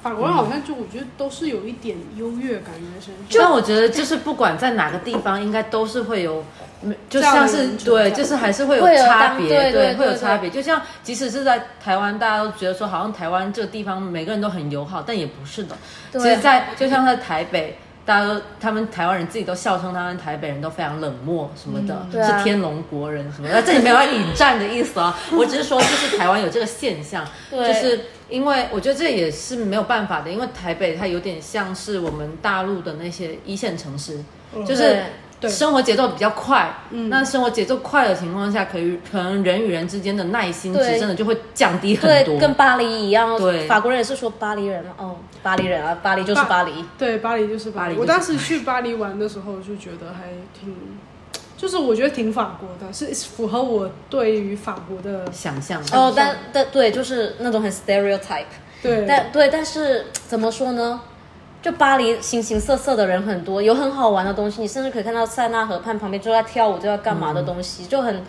[SPEAKER 3] 法国人好像就我觉得都是有一点优越感在身上。
[SPEAKER 2] 但我觉得就是不管在哪个地方，应该都是会有，嗯就像
[SPEAKER 3] 这样
[SPEAKER 2] 是
[SPEAKER 3] 的人存在
[SPEAKER 2] 对，就是还是会
[SPEAKER 1] 会有
[SPEAKER 2] 差
[SPEAKER 1] 当
[SPEAKER 2] 别，
[SPEAKER 1] 对对
[SPEAKER 2] 会有
[SPEAKER 1] 对
[SPEAKER 2] 差别。就像即使是在台湾，大家都觉得说好像台湾这个地方每个人都很友好，但也不是的。其
[SPEAKER 1] 对
[SPEAKER 2] 实在就像在台北。大家都，他们台湾人自己都笑称他们台北人都非常冷漠什么的，
[SPEAKER 1] 对啊
[SPEAKER 2] 是天龙国人什么的。这里没有要引战的意思啊，我只是说就是台湾有这个现象，
[SPEAKER 1] 对
[SPEAKER 2] 就是因为我觉得这也是没有办法的，因为台北它有点像是我们大陆的那些一线城市，
[SPEAKER 1] 嗯
[SPEAKER 2] 就是
[SPEAKER 3] 对
[SPEAKER 2] 生活节奏比较快。
[SPEAKER 3] 嗯
[SPEAKER 2] 那生活节奏快的情况下，可以可能人与人之间的耐心值
[SPEAKER 1] 对
[SPEAKER 2] 真的就会降低很
[SPEAKER 1] 对，
[SPEAKER 2] 多。
[SPEAKER 1] 跟巴黎一样，
[SPEAKER 2] 对
[SPEAKER 1] 法国人也是说巴黎人嘛，哦，巴黎人啊，巴黎就是巴黎，
[SPEAKER 3] 对，巴黎就是巴
[SPEAKER 2] 巴
[SPEAKER 3] 黎。
[SPEAKER 2] 黎就是
[SPEAKER 3] 我当时去巴黎玩的时候就觉得还挺，就是我觉得挺法国的，是符合我对于法国的
[SPEAKER 2] 想象
[SPEAKER 1] 哦，但但对，就是那种很 stereotype，
[SPEAKER 3] 对。
[SPEAKER 1] 但对，但是怎么说呢？就巴黎形形色色的人很多，有很好玩的东西，你甚至可以看到塞纳河畔旁边就在跳舞，就在干嘛的东
[SPEAKER 3] 嗯
[SPEAKER 1] 西，就很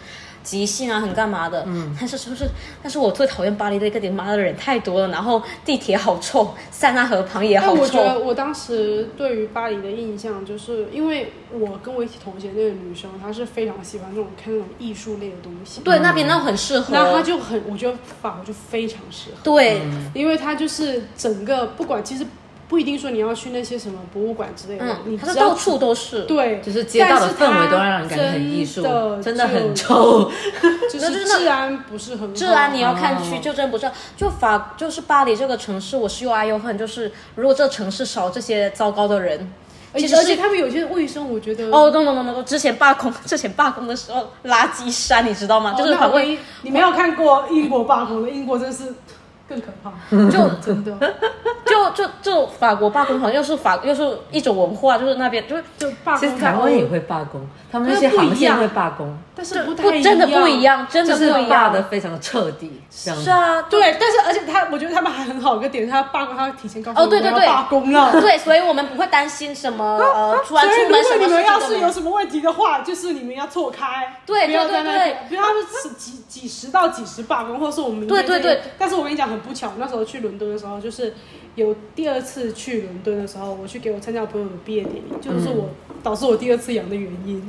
[SPEAKER 1] 即兴啊，很干嘛的。嗯，但是就是，但是我最讨厌巴黎的一个点，妈的人太多了，然后地铁好臭，塞纳河旁也
[SPEAKER 3] 但
[SPEAKER 1] 好
[SPEAKER 3] 哎我觉得
[SPEAKER 1] 臭。
[SPEAKER 3] 我当时对于巴黎的印象，就是因为我跟我一起同行那个女生，她是非常喜欢那种看那种艺术类的东西，
[SPEAKER 1] 对，那边那很适合。
[SPEAKER 3] 那她就很，我觉得法国就非常适合。
[SPEAKER 1] 对，
[SPEAKER 3] 因为它就是整个不管，其实不一定说你要去那些什么博物馆之类的，
[SPEAKER 1] 嗯，
[SPEAKER 3] 你
[SPEAKER 1] 它
[SPEAKER 3] 知
[SPEAKER 1] 是到
[SPEAKER 3] 道
[SPEAKER 1] 处都是。
[SPEAKER 3] 对，
[SPEAKER 2] 就是街道的
[SPEAKER 3] 但是它
[SPEAKER 2] 氛围都让人感觉很艺术，真的很， 臭。
[SPEAKER 1] 那就
[SPEAKER 3] 就就
[SPEAKER 1] 是是那
[SPEAKER 3] 治安不是很好，
[SPEAKER 1] 治啊安你要看
[SPEAKER 2] 哦
[SPEAKER 1] 区，就真不是就法就是巴黎这个城市，我是又爱又恨。就是如果这城市少这些糟糕的人，
[SPEAKER 3] 而且
[SPEAKER 1] 其实
[SPEAKER 3] 而且他们有些卫生，我觉得
[SPEAKER 1] 哦，懂懂懂懂懂，之前罢工，之前罢工的时候，垃圾山你知道吗？就是
[SPEAKER 3] 哦那
[SPEAKER 1] 旁
[SPEAKER 3] 我
[SPEAKER 1] 边
[SPEAKER 3] 一你没有看过英国罢工的，英国真是更可 怕，
[SPEAKER 1] 就
[SPEAKER 3] 真的
[SPEAKER 1] 就就就法国罢工，好像又是法又是一种文化，就是那边就是
[SPEAKER 3] 就罢
[SPEAKER 2] 其
[SPEAKER 1] 哦
[SPEAKER 3] 工
[SPEAKER 2] 实
[SPEAKER 3] 在
[SPEAKER 2] 台湾
[SPEAKER 3] 欧
[SPEAKER 2] 也，会罢工，他们
[SPEAKER 3] 那
[SPEAKER 2] 那些
[SPEAKER 3] 不一
[SPEAKER 2] 航线
[SPEAKER 3] 样
[SPEAKER 2] 会罢工，
[SPEAKER 3] 但是不
[SPEAKER 1] 不
[SPEAKER 3] 太
[SPEAKER 1] 真的不一，样，真的
[SPEAKER 2] 就
[SPEAKER 1] 不
[SPEAKER 2] 是
[SPEAKER 1] 一
[SPEAKER 2] 罢
[SPEAKER 1] 样
[SPEAKER 2] 的非常彻底，这样子
[SPEAKER 1] 是啊，
[SPEAKER 3] 对，但是而且他，我觉得他们还很好一个点，他罢工，他提前告诉
[SPEAKER 1] 哦
[SPEAKER 3] 你
[SPEAKER 1] 对
[SPEAKER 3] 我
[SPEAKER 1] 对
[SPEAKER 3] 要
[SPEAKER 1] 对
[SPEAKER 3] 罢工了，啊
[SPEAKER 1] 对，所以我们不会担心什么呃，突
[SPEAKER 3] 所
[SPEAKER 1] 然
[SPEAKER 3] 以
[SPEAKER 1] 出
[SPEAKER 3] 如果
[SPEAKER 1] 门什么
[SPEAKER 3] 你
[SPEAKER 1] 事
[SPEAKER 3] 们
[SPEAKER 1] 情
[SPEAKER 3] 要
[SPEAKER 1] 都
[SPEAKER 3] 是
[SPEAKER 1] 没
[SPEAKER 3] 有什么问题的话，就是你们要错开，
[SPEAKER 1] 对
[SPEAKER 3] 不要在那
[SPEAKER 1] 对对
[SPEAKER 3] 边，不要是几几十到几十罢工，或者是我们明
[SPEAKER 1] 对
[SPEAKER 3] 天
[SPEAKER 1] 对
[SPEAKER 3] 这个
[SPEAKER 1] 对。
[SPEAKER 3] 但是我跟你讲很不巧，那时候去伦敦的时候，就是有第二次去伦敦的时候，我去给我参加我朋友的毕业典礼，就是我、 导致我第二次阳的原因。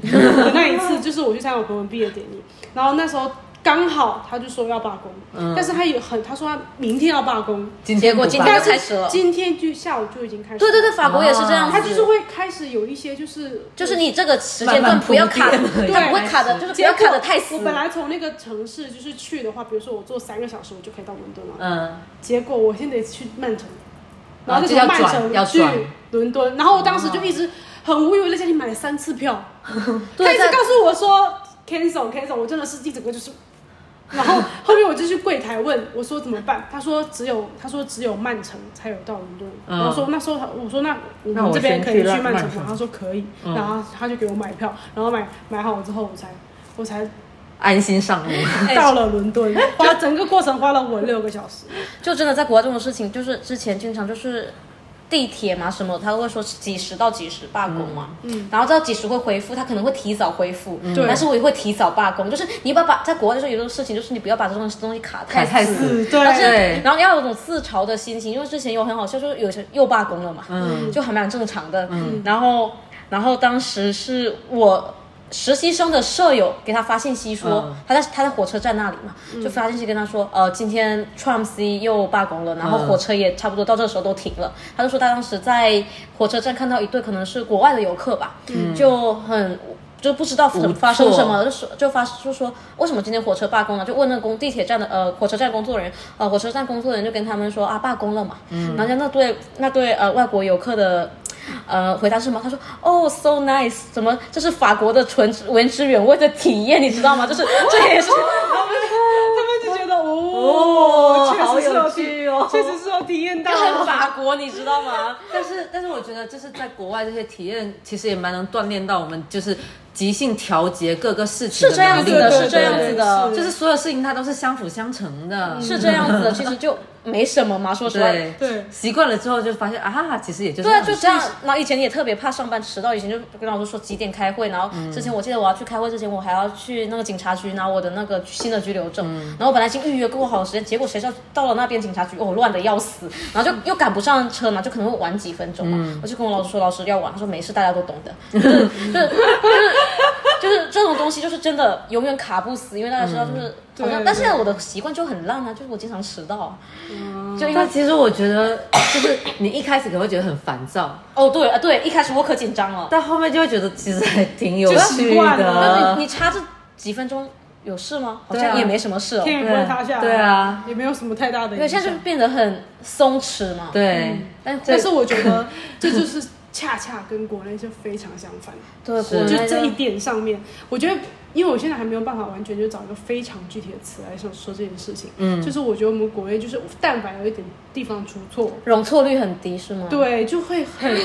[SPEAKER 3] 那一次就是我去参加我朋友毕业典礼，然后那时候。刚好他就说要罢工，但是他也很，他说他明天要罢工，
[SPEAKER 2] 今
[SPEAKER 1] 结
[SPEAKER 2] 天
[SPEAKER 1] 果
[SPEAKER 2] 不
[SPEAKER 1] 今
[SPEAKER 2] 罢
[SPEAKER 1] 天
[SPEAKER 2] 工
[SPEAKER 1] 就开始了。
[SPEAKER 3] 今天就下午就已经开始了。
[SPEAKER 1] 对对啊对，法国也是这样
[SPEAKER 2] 哦
[SPEAKER 1] 子，
[SPEAKER 3] 他啊就是会开始有一些就是
[SPEAKER 1] 就是你这个时间段不要卡，
[SPEAKER 2] 慢慢铺垫
[SPEAKER 1] 它不会卡的，就是不
[SPEAKER 3] 结
[SPEAKER 1] 要
[SPEAKER 3] 果
[SPEAKER 1] 卡的太死
[SPEAKER 3] 我。本来从那个城市就是去的话，比如说我坐三个小时我就可以到伦敦了，
[SPEAKER 2] 嗯，
[SPEAKER 3] 结果我现在去曼城，然
[SPEAKER 2] 啊
[SPEAKER 3] 后就
[SPEAKER 2] 就要
[SPEAKER 3] 从曼
[SPEAKER 2] 转，要
[SPEAKER 3] 城去
[SPEAKER 2] 转。
[SPEAKER 3] 伦敦，然后我当时就一直很无语，我在家里买了三次票，他一
[SPEAKER 1] 对，
[SPEAKER 3] 直
[SPEAKER 1] 在
[SPEAKER 3] 告诉我说 cancel cancel，我真的是一整个就是。然后后面我就去柜台问我说怎么办，他说只有他说只有曼城才有到伦敦，
[SPEAKER 2] 嗯
[SPEAKER 3] 然后说那时候他我说那我
[SPEAKER 2] 那我
[SPEAKER 3] 们这
[SPEAKER 2] 先
[SPEAKER 3] 边可以
[SPEAKER 2] 去
[SPEAKER 3] 去曼
[SPEAKER 2] 曼
[SPEAKER 3] 城
[SPEAKER 2] 城
[SPEAKER 3] 吗？他说可以，
[SPEAKER 2] 嗯
[SPEAKER 3] 然后他就给我买票，然后买买好之后我才我才
[SPEAKER 2] 安心上路。
[SPEAKER 3] 到了伦敦，花整个过程花了我六个小时，
[SPEAKER 1] 就真的在国外这种事情，就是之前经常就是地铁嘛什么，他会说几十到几十罢工嘛，
[SPEAKER 3] 嗯
[SPEAKER 1] 然后到几十会恢复，他可能会提早恢复，
[SPEAKER 3] 对
[SPEAKER 1] 但是我也会提早罢工，就是你不要把在国外就是有种事情，就是你不要把这种东西卡 太
[SPEAKER 2] 卡太死
[SPEAKER 3] 是
[SPEAKER 1] 然后就
[SPEAKER 3] 对，
[SPEAKER 2] 对
[SPEAKER 1] 然后要有种自嘲的心情，因为之前有很好笑，就是有些又罢工了嘛，
[SPEAKER 3] 嗯
[SPEAKER 1] 就还蛮正常的。然后，然后当时是我实习生的舍友给他发信息说，
[SPEAKER 2] 嗯
[SPEAKER 1] 他在他在火车站那里嘛，
[SPEAKER 3] 嗯
[SPEAKER 1] 就发信息跟他说，呃，今天 Trump C 又罢工了，然后
[SPEAKER 3] 嗯
[SPEAKER 1] 火车也差不多到这时候都停了。他就说他当时在火车站看到一对可能是国外的游客吧，
[SPEAKER 3] 嗯
[SPEAKER 1] 就很。就不知道
[SPEAKER 2] 无措
[SPEAKER 1] 发生什么，就说就发就说为什么今天火车罢工了？就问那工地铁站的呃火车站工作人员，呃火车站工作人员就跟他们说啊罢工了嘛，然后人家那对那对呃外国游客的呃回答是什么？他说哦 so nice，怎么这是法国的纯原汁原味的体验，你知道吗？就是这也是
[SPEAKER 3] 他们就觉得哦，确实是
[SPEAKER 2] 好有
[SPEAKER 3] 有
[SPEAKER 2] 趣
[SPEAKER 3] 体
[SPEAKER 2] 哦
[SPEAKER 3] 确实是有体验到啊
[SPEAKER 1] 就， 很法国，你知道吗？
[SPEAKER 2] 但是，但是我觉得就是在国外这些体验，其实也蛮能锻炼到我们就是即兴调节各个事情
[SPEAKER 1] 是这样
[SPEAKER 2] 能力
[SPEAKER 1] 子
[SPEAKER 3] 对
[SPEAKER 1] 的，
[SPEAKER 3] 对
[SPEAKER 1] 是这样子的
[SPEAKER 3] 对，
[SPEAKER 2] 就是所有事情它都是相辅相成的。
[SPEAKER 1] 是这样子的。其实就没什么嘛，说实话。
[SPEAKER 2] 对
[SPEAKER 3] 对
[SPEAKER 2] 习惯了之后就发现啊，其实也就是
[SPEAKER 1] 对啊，
[SPEAKER 2] 那
[SPEAKER 1] 就
[SPEAKER 2] 样
[SPEAKER 1] 这样。然后以前也特别怕上班迟到，以前就跟老师说几点开会，然后之前我记得我要去开会之前，我还要去那个警察局拿我的那个新的拘留证，然后我本来已经预约过好的时间，结果谁知道到了那边警察局，哦，乱的要死，然后就又赶不上车嘛，就可能会晚几分钟嘛，我就跟我老师说老师要晚，他说没事，大家都懂的，就是就是就是这种东西就是真的永远卡不死，因为大家知道就是好像，
[SPEAKER 3] 对
[SPEAKER 1] 但是我的习惯就很烂啊，就是我经常迟到啊，就因为
[SPEAKER 2] 但其实我觉得，就是你一开始可能会觉得很烦躁，
[SPEAKER 1] 哦对啊对，一开始我可紧张了。
[SPEAKER 2] 但后面就会觉得其实还挺有
[SPEAKER 3] 就
[SPEAKER 2] 趣
[SPEAKER 3] 习惯了
[SPEAKER 1] 那
[SPEAKER 2] 的
[SPEAKER 1] 你。你差这几分钟有事吗？好
[SPEAKER 2] 对啊
[SPEAKER 1] 像也没什么事哦。
[SPEAKER 3] 天也不会塌下来，
[SPEAKER 2] 对啊，
[SPEAKER 3] 也没有什么太大的
[SPEAKER 1] 因为
[SPEAKER 3] 影
[SPEAKER 1] 现
[SPEAKER 3] 响
[SPEAKER 1] 在。就变得很松弛嘛。，
[SPEAKER 2] 对，
[SPEAKER 1] 但
[SPEAKER 3] 但
[SPEAKER 1] 但
[SPEAKER 3] 是
[SPEAKER 1] 是
[SPEAKER 3] 我觉得这就是恰恰跟国内就非常相反，
[SPEAKER 1] 对
[SPEAKER 2] 是
[SPEAKER 1] 国内
[SPEAKER 3] 就这一点上面，我觉得，因为我现在还没有办法完全就找一个非常具体的词来说说这件事情，
[SPEAKER 2] 嗯
[SPEAKER 3] 就是我觉得我们国内就是但凡有一点地方出错，
[SPEAKER 2] 嗯
[SPEAKER 1] 容错率很低是吗？，
[SPEAKER 3] 对，就会很，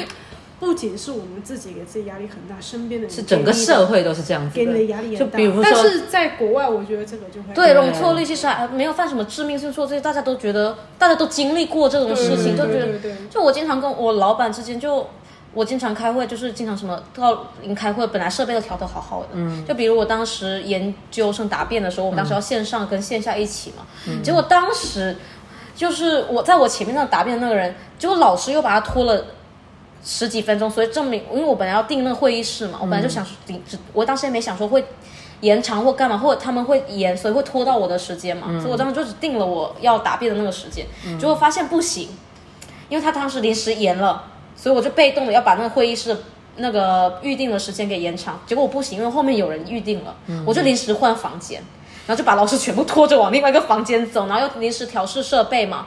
[SPEAKER 3] 不仅是我们自己给自己压力很大，身边的人
[SPEAKER 2] 是整个
[SPEAKER 3] 给你
[SPEAKER 2] 社会都是这样子
[SPEAKER 3] 给你的
[SPEAKER 2] 的。
[SPEAKER 3] 压力也
[SPEAKER 2] 就
[SPEAKER 3] 很大
[SPEAKER 2] 比如说
[SPEAKER 3] 但是在国外，我觉得这个就会
[SPEAKER 1] 对
[SPEAKER 2] 对
[SPEAKER 1] 容错率其实还没有犯什么致命性错，这些大家都觉得大家都经历过这种事情，就
[SPEAKER 3] 对
[SPEAKER 1] 觉
[SPEAKER 3] 对
[SPEAKER 1] 得
[SPEAKER 3] 对对
[SPEAKER 1] 就我经常跟我老板之间就。我经常开会，就是经常什么到临开会，本来设备都调得好好的，就比如我当时研究生答辩的时候，我们当时要线上跟线下一起嘛，结果当时就是我在我前面那答辩的那个人，结果老师又把他拖了。十几分钟，所以证明，因为我本来要订那个会议室嘛，我本来就想只，只我当时也没想说会延长或干嘛，或者他们会延，所以会拖到我的时间嘛，所以我当时就只定了我要答辩的那个时间，结果发现不行，因为他当时临时延了，所以我就被动的要把那个会议室那个预定的时间给延长，结果我不行，因为后面有人预定了，我就临时换房间，然后就把老师全部拖着往另外一个房间走，然后又临时调试设备嘛，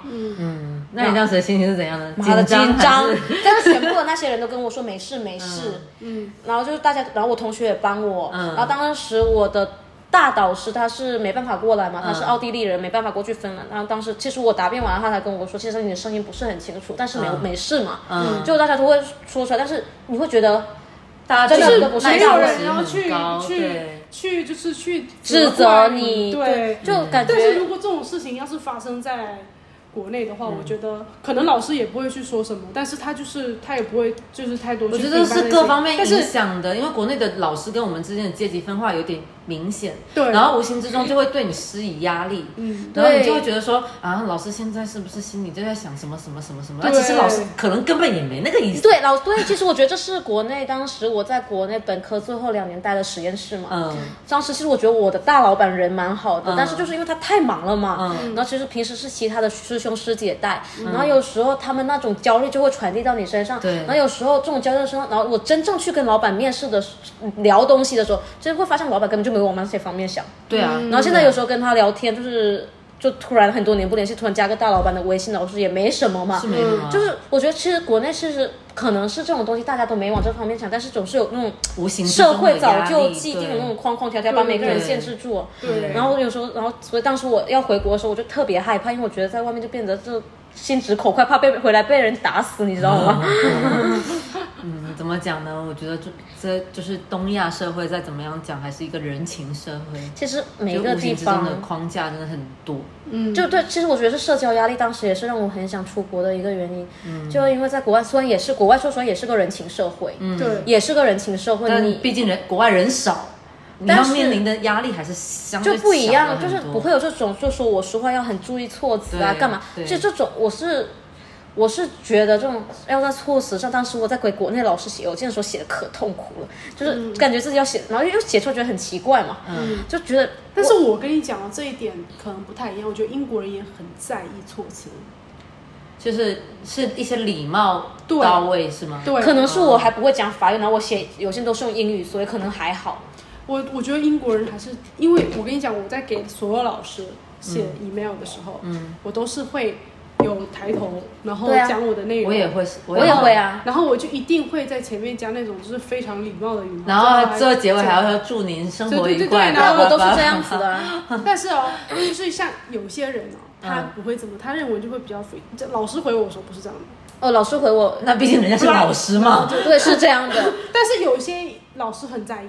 [SPEAKER 2] 那你当时的心情是怎样的？
[SPEAKER 1] 妈的紧
[SPEAKER 2] 紧
[SPEAKER 1] 张
[SPEAKER 2] 还是，
[SPEAKER 1] 但是全部的那些人都跟我说没事没事，嗯，然后就是大家，然后我同学也帮我，
[SPEAKER 2] 嗯
[SPEAKER 1] 然后当时我的。大导师他是没办法过来嘛，他是奥地利人，没办法过去芬兰。然后当时其实我答辩完了，他才跟我说，其实你的声音不是很清楚，但是没有、
[SPEAKER 2] 嗯
[SPEAKER 1] 没事嘛，
[SPEAKER 2] 嗯
[SPEAKER 1] 就大家都会说出来，但是你会觉得
[SPEAKER 2] 大
[SPEAKER 1] 就
[SPEAKER 2] 家
[SPEAKER 1] 是
[SPEAKER 2] 真的不耐
[SPEAKER 1] 没
[SPEAKER 3] 没
[SPEAKER 2] 心
[SPEAKER 3] 有
[SPEAKER 1] 有
[SPEAKER 3] 人
[SPEAKER 1] 人
[SPEAKER 3] 要
[SPEAKER 2] 很
[SPEAKER 3] 去
[SPEAKER 2] 高
[SPEAKER 3] 去
[SPEAKER 2] 对
[SPEAKER 3] 去就是去
[SPEAKER 1] 指责你，
[SPEAKER 3] 嗯对。
[SPEAKER 1] 就感觉
[SPEAKER 3] 但是如果这种事情要是发生在国内的话，我觉得可能老师也不会去说什么，但是他就是他也不会就是太多去
[SPEAKER 2] 我觉
[SPEAKER 3] 评
[SPEAKER 2] 得
[SPEAKER 3] 判这件事
[SPEAKER 2] 是
[SPEAKER 3] 情。
[SPEAKER 2] 各方面
[SPEAKER 3] 但
[SPEAKER 2] 影
[SPEAKER 3] 是
[SPEAKER 2] 响的，因为国内的老师跟我们之间的阶级分化有点明显，
[SPEAKER 3] 对，
[SPEAKER 2] 然后无形之中就会对你施以压力，
[SPEAKER 3] 嗯，
[SPEAKER 2] 然后你
[SPEAKER 1] 对
[SPEAKER 2] 就会觉得说啊，老师现在是不是心里就在想什么什么什么什么？
[SPEAKER 3] 对
[SPEAKER 2] 那其实老师可能根本也没那个意思。
[SPEAKER 1] 对老对，其实我觉得这是国内当时我在国内本科最后两年待的实验室嘛，
[SPEAKER 2] 嗯
[SPEAKER 1] 当时其实我觉得我的大老板人蛮好的，
[SPEAKER 2] 嗯
[SPEAKER 1] 但是就是因为他太忙了嘛，
[SPEAKER 2] 嗯
[SPEAKER 1] 然后其实平时是其他的师兄师姐带，然后有时候他们那种焦虑就会传递到你身上，
[SPEAKER 2] 对
[SPEAKER 1] 然后有时候这种焦虑的身上，然后我真正去跟老板面试的时聊东西的时候，真会发现老板根本就没有往那些方面想，
[SPEAKER 2] 对啊，
[SPEAKER 1] 然后现在有时候跟他聊天就是。就突然很多年不联系，突然加个大老板的微信，老师也没什么嘛，
[SPEAKER 2] 是没有啊，
[SPEAKER 1] 嗯就是我觉得其实国内其实可能是这种东西大家都没往这方面想，但是总是有那种
[SPEAKER 2] 无形嗯之中
[SPEAKER 1] 社
[SPEAKER 2] 的
[SPEAKER 1] 会早
[SPEAKER 2] 压
[SPEAKER 1] 就
[SPEAKER 2] 力
[SPEAKER 1] 既
[SPEAKER 2] 对
[SPEAKER 1] 定的那种框框条条，把每个人限制住。
[SPEAKER 3] 对，
[SPEAKER 1] 然后有时候，然后所以当时我要回国的时候，我就特别害怕，因为我觉得在外面就变得这心直口快，怕被回来被人打死，你知道 吗？
[SPEAKER 2] 嗯，怎么讲呢？我觉得这这就是东亚社会，再怎么样讲，还是一个人情社会。
[SPEAKER 1] 其实每
[SPEAKER 2] 就
[SPEAKER 1] 个
[SPEAKER 2] 无
[SPEAKER 1] 地
[SPEAKER 2] 形之中的
[SPEAKER 1] 方。
[SPEAKER 2] 框架真的很多，
[SPEAKER 3] 嗯，
[SPEAKER 1] 就对，其实我觉得是社交压力，当时也是让我很想出国的一个原因。
[SPEAKER 2] 嗯
[SPEAKER 1] 就因为在国外，虽然也是国外，说实话也是个人情社会，
[SPEAKER 3] 对，
[SPEAKER 1] 也是个人情社会，
[SPEAKER 2] 嗯但
[SPEAKER 1] 你
[SPEAKER 2] 毕竟人国外人少，你
[SPEAKER 1] 但
[SPEAKER 2] 要
[SPEAKER 1] 是
[SPEAKER 2] 面临的压力还是相对
[SPEAKER 1] 就不一
[SPEAKER 2] 小了
[SPEAKER 1] 样，就
[SPEAKER 2] 很
[SPEAKER 1] 是
[SPEAKER 2] 多
[SPEAKER 1] 不会有这种，就说我说话要很注意措辞啊，
[SPEAKER 2] 对
[SPEAKER 1] 干嘛？
[SPEAKER 2] 对
[SPEAKER 1] 就这种，我是我是觉得这种哎要在措辞上，当时我在给国内老师写邮件的时候写的可痛苦了，就是感觉自己要写，然后又写错，觉得很奇怪嘛，
[SPEAKER 2] 嗯
[SPEAKER 1] 就觉得
[SPEAKER 3] 但是我跟你讲啊，这一点可能不太一样。我觉得英国人也很在意措辞，
[SPEAKER 2] 就是是一些礼貌
[SPEAKER 3] 对
[SPEAKER 2] 到位是吗？
[SPEAKER 3] 对，
[SPEAKER 1] 可能是我还不会讲法语，然后我写邮件都是用英语，所以可能还好。
[SPEAKER 3] 我我觉得英国人还是，因为我跟你讲，我在给所有老师写 email 的时候，
[SPEAKER 2] 嗯，
[SPEAKER 3] 我都是会有抬头，然后
[SPEAKER 1] 对啊
[SPEAKER 3] 讲我的内容，
[SPEAKER 2] 我也，会，
[SPEAKER 1] 我也会。啊，
[SPEAKER 3] 然后我就一定会在前面加那种就是非常礼貌的语
[SPEAKER 2] 然后最后结尾还 要说祝您生活愉快，
[SPEAKER 3] 对
[SPEAKER 1] 然
[SPEAKER 3] 然
[SPEAKER 1] 后
[SPEAKER 3] 后
[SPEAKER 1] 我都是这样子的啊。
[SPEAKER 3] 要，但是哦，就是像有些人哦，他
[SPEAKER 2] 嗯
[SPEAKER 3] 不会这么，他认为就会比较 free。这老师回我说不是这样的，
[SPEAKER 1] 哦，老师回我，
[SPEAKER 2] 那 毕竟人家是老师嘛，
[SPEAKER 1] 对， 是这样的。
[SPEAKER 2] 哦
[SPEAKER 3] 但是有些老师很在意，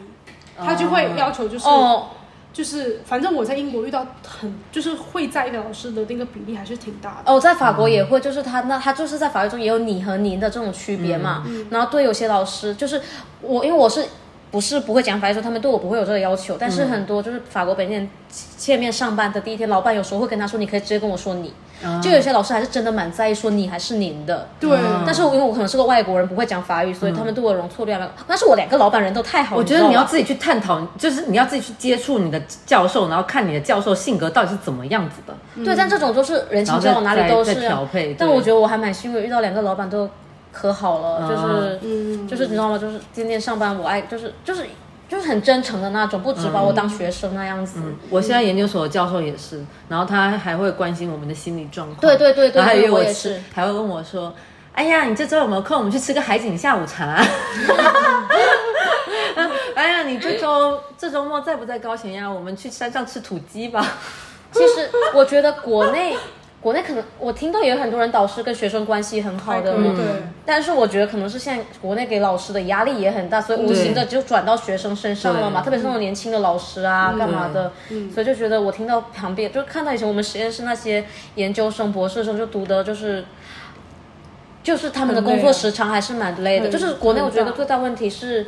[SPEAKER 3] 他就会要求就是。
[SPEAKER 1] 哦，
[SPEAKER 3] 就是反正我在英国遇到很就是会在意的老师的那个比例还是挺大的。
[SPEAKER 1] 哦，在法
[SPEAKER 2] 嗯
[SPEAKER 1] 国也会，就是他那他就是在法律中也有你和您的这种区别嘛。
[SPEAKER 2] 嗯
[SPEAKER 1] 然后对有些老师，就是我，因为我是不是不会讲法律，说他们对我不会有这个要求，但是
[SPEAKER 2] 嗯
[SPEAKER 1] 很多就是法国本地人见面上班的第一天，老板有时候会跟他说，你可以直接跟我说你。
[SPEAKER 2] 啊
[SPEAKER 1] 就有些老师还是真的蛮在意说你还是您的。
[SPEAKER 3] 对，
[SPEAKER 1] 但是我因为我可能是个外国人，不会讲法语，所以他们对我容错率还蛮高。但是我两个老板人都太好，
[SPEAKER 2] 嗯我觉得你
[SPEAKER 1] 知道
[SPEAKER 2] 要
[SPEAKER 1] 吗
[SPEAKER 2] 自己去探讨，就是你要自己去接触你的教授，然后看你的教授性格到底是怎么样子的。
[SPEAKER 1] 对，但这种就是人情交
[SPEAKER 2] 然后再
[SPEAKER 1] 往哪里都
[SPEAKER 2] 再
[SPEAKER 1] 是
[SPEAKER 2] 再调配
[SPEAKER 1] 但
[SPEAKER 2] 对
[SPEAKER 1] 我觉得我还蛮幸运，遇到两个老板都可好了，
[SPEAKER 2] 啊
[SPEAKER 1] 就是、
[SPEAKER 3] 嗯
[SPEAKER 1] 就是你知道吗？就是天天上班，我爱就是就是就是很真诚的那种，不只
[SPEAKER 3] 嗯
[SPEAKER 1] 把我当学生那样子。
[SPEAKER 2] 我现在研究所的教授也是，然后他还会关心我们的心理状况。
[SPEAKER 1] 对对对对
[SPEAKER 2] 然后还约
[SPEAKER 1] 对我也
[SPEAKER 2] 吃
[SPEAKER 1] 是，
[SPEAKER 2] 还会问我说：“哎呀，你这周有没有空？我们去吃个海景下午茶。”啊 哎呀，你这周这周末在不在高雄呀？我们去山上吃土鸡吧。
[SPEAKER 1] 其实我觉得国内。国内可能我听到也有很多人导师跟学生关系很好的，
[SPEAKER 3] 对
[SPEAKER 1] 嗯但是我觉得可能是现在国内给老师的压力也很大，所以无形的就转到学生身上了嘛，
[SPEAKER 2] 对
[SPEAKER 1] 特别是那种年轻的老师啊，
[SPEAKER 3] 嗯
[SPEAKER 1] 干嘛的，所以就觉得我听到旁边就看到以前我们实验室那些研究生、博士生就读的就是。就是他们的
[SPEAKER 3] 很累啊
[SPEAKER 1] 工作时长还是蛮累的，
[SPEAKER 3] 嗯
[SPEAKER 1] 就是国内我觉
[SPEAKER 3] 很
[SPEAKER 1] 得
[SPEAKER 3] 大
[SPEAKER 1] 最大问题是，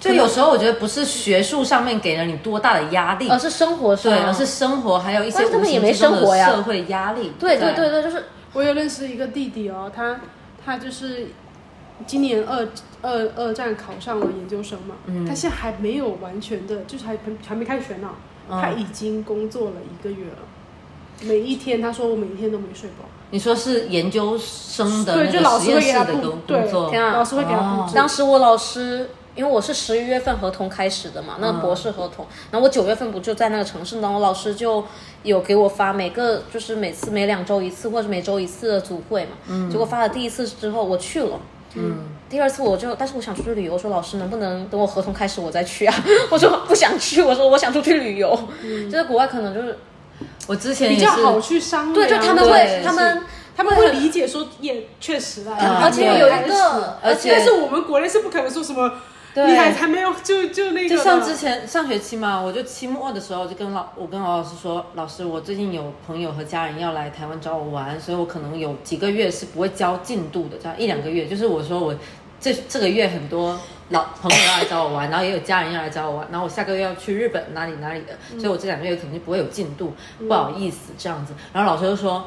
[SPEAKER 2] 就有时候我觉得不是学术上面给了你多大的压力，
[SPEAKER 1] 而是生活上，啊
[SPEAKER 2] 对，而是生活还有一些
[SPEAKER 1] 关键他
[SPEAKER 2] 无
[SPEAKER 1] 们也
[SPEAKER 2] 形
[SPEAKER 1] 没
[SPEAKER 2] 之中
[SPEAKER 1] 生活
[SPEAKER 2] 的
[SPEAKER 1] 呀
[SPEAKER 2] 社会压力。
[SPEAKER 1] 对对对对，就是
[SPEAKER 3] 我有认识一个弟弟哦，他他就是今年二二二战考上了研究生嘛，
[SPEAKER 2] 嗯
[SPEAKER 3] 他现在还没有完全的，就是还还没开学呢，
[SPEAKER 2] 嗯
[SPEAKER 3] 他已经工作了一个月了。每一天，他说我每一天都没睡饱。
[SPEAKER 2] 你说是研究生的
[SPEAKER 3] 对
[SPEAKER 2] 那
[SPEAKER 3] 就
[SPEAKER 2] 个
[SPEAKER 3] 老师
[SPEAKER 2] 实验
[SPEAKER 3] 会给
[SPEAKER 2] 室
[SPEAKER 3] 他
[SPEAKER 2] 的
[SPEAKER 3] 布
[SPEAKER 2] 工
[SPEAKER 3] 对
[SPEAKER 2] 工作，哦
[SPEAKER 1] 天啊
[SPEAKER 3] 老师会给他布置。
[SPEAKER 1] 当时我老师，因为我是十一月份合同开始的嘛，那个博士合同，然后我九月份不就在那个城市，然后我老师就有给我发每个就是每次每两周一次或者每周一次的组会嘛，结果发了第一次之后我去了。嗯，第二次我就，但是我想出去旅游，我说老师能不能等我合同开始我再去啊？ 我说不想去，我说我想出去旅游。就在国外可能就是，
[SPEAKER 2] 我之前
[SPEAKER 3] 比
[SPEAKER 2] 也
[SPEAKER 3] 较
[SPEAKER 2] 是
[SPEAKER 3] 好去商量，
[SPEAKER 1] 对，就他们会
[SPEAKER 2] 对，
[SPEAKER 1] 他们
[SPEAKER 3] 啊是他们会理解说，也确实啊啦，
[SPEAKER 2] 嗯
[SPEAKER 1] 而且有
[SPEAKER 2] 对
[SPEAKER 1] 一个，
[SPEAKER 2] 而且
[SPEAKER 3] 但是我们国内是不可能说什么，
[SPEAKER 1] 对
[SPEAKER 3] 你还还没有就就那个的，
[SPEAKER 2] 就像之前上学期嘛，我就期末的时候就跟老我跟老老师说，老师我最近有朋友和家人要来台湾找我玩，所以我可能有几个月是不会交进度的，这样一两个月，就是我说我这这个月很多老朋友要来找我玩，然后也有家人要来找我玩，然后我下个月要去日本哪里哪里的，
[SPEAKER 1] 嗯
[SPEAKER 2] 所以我这两个月肯定不会有进度，不好意思这样子。然后老师就说。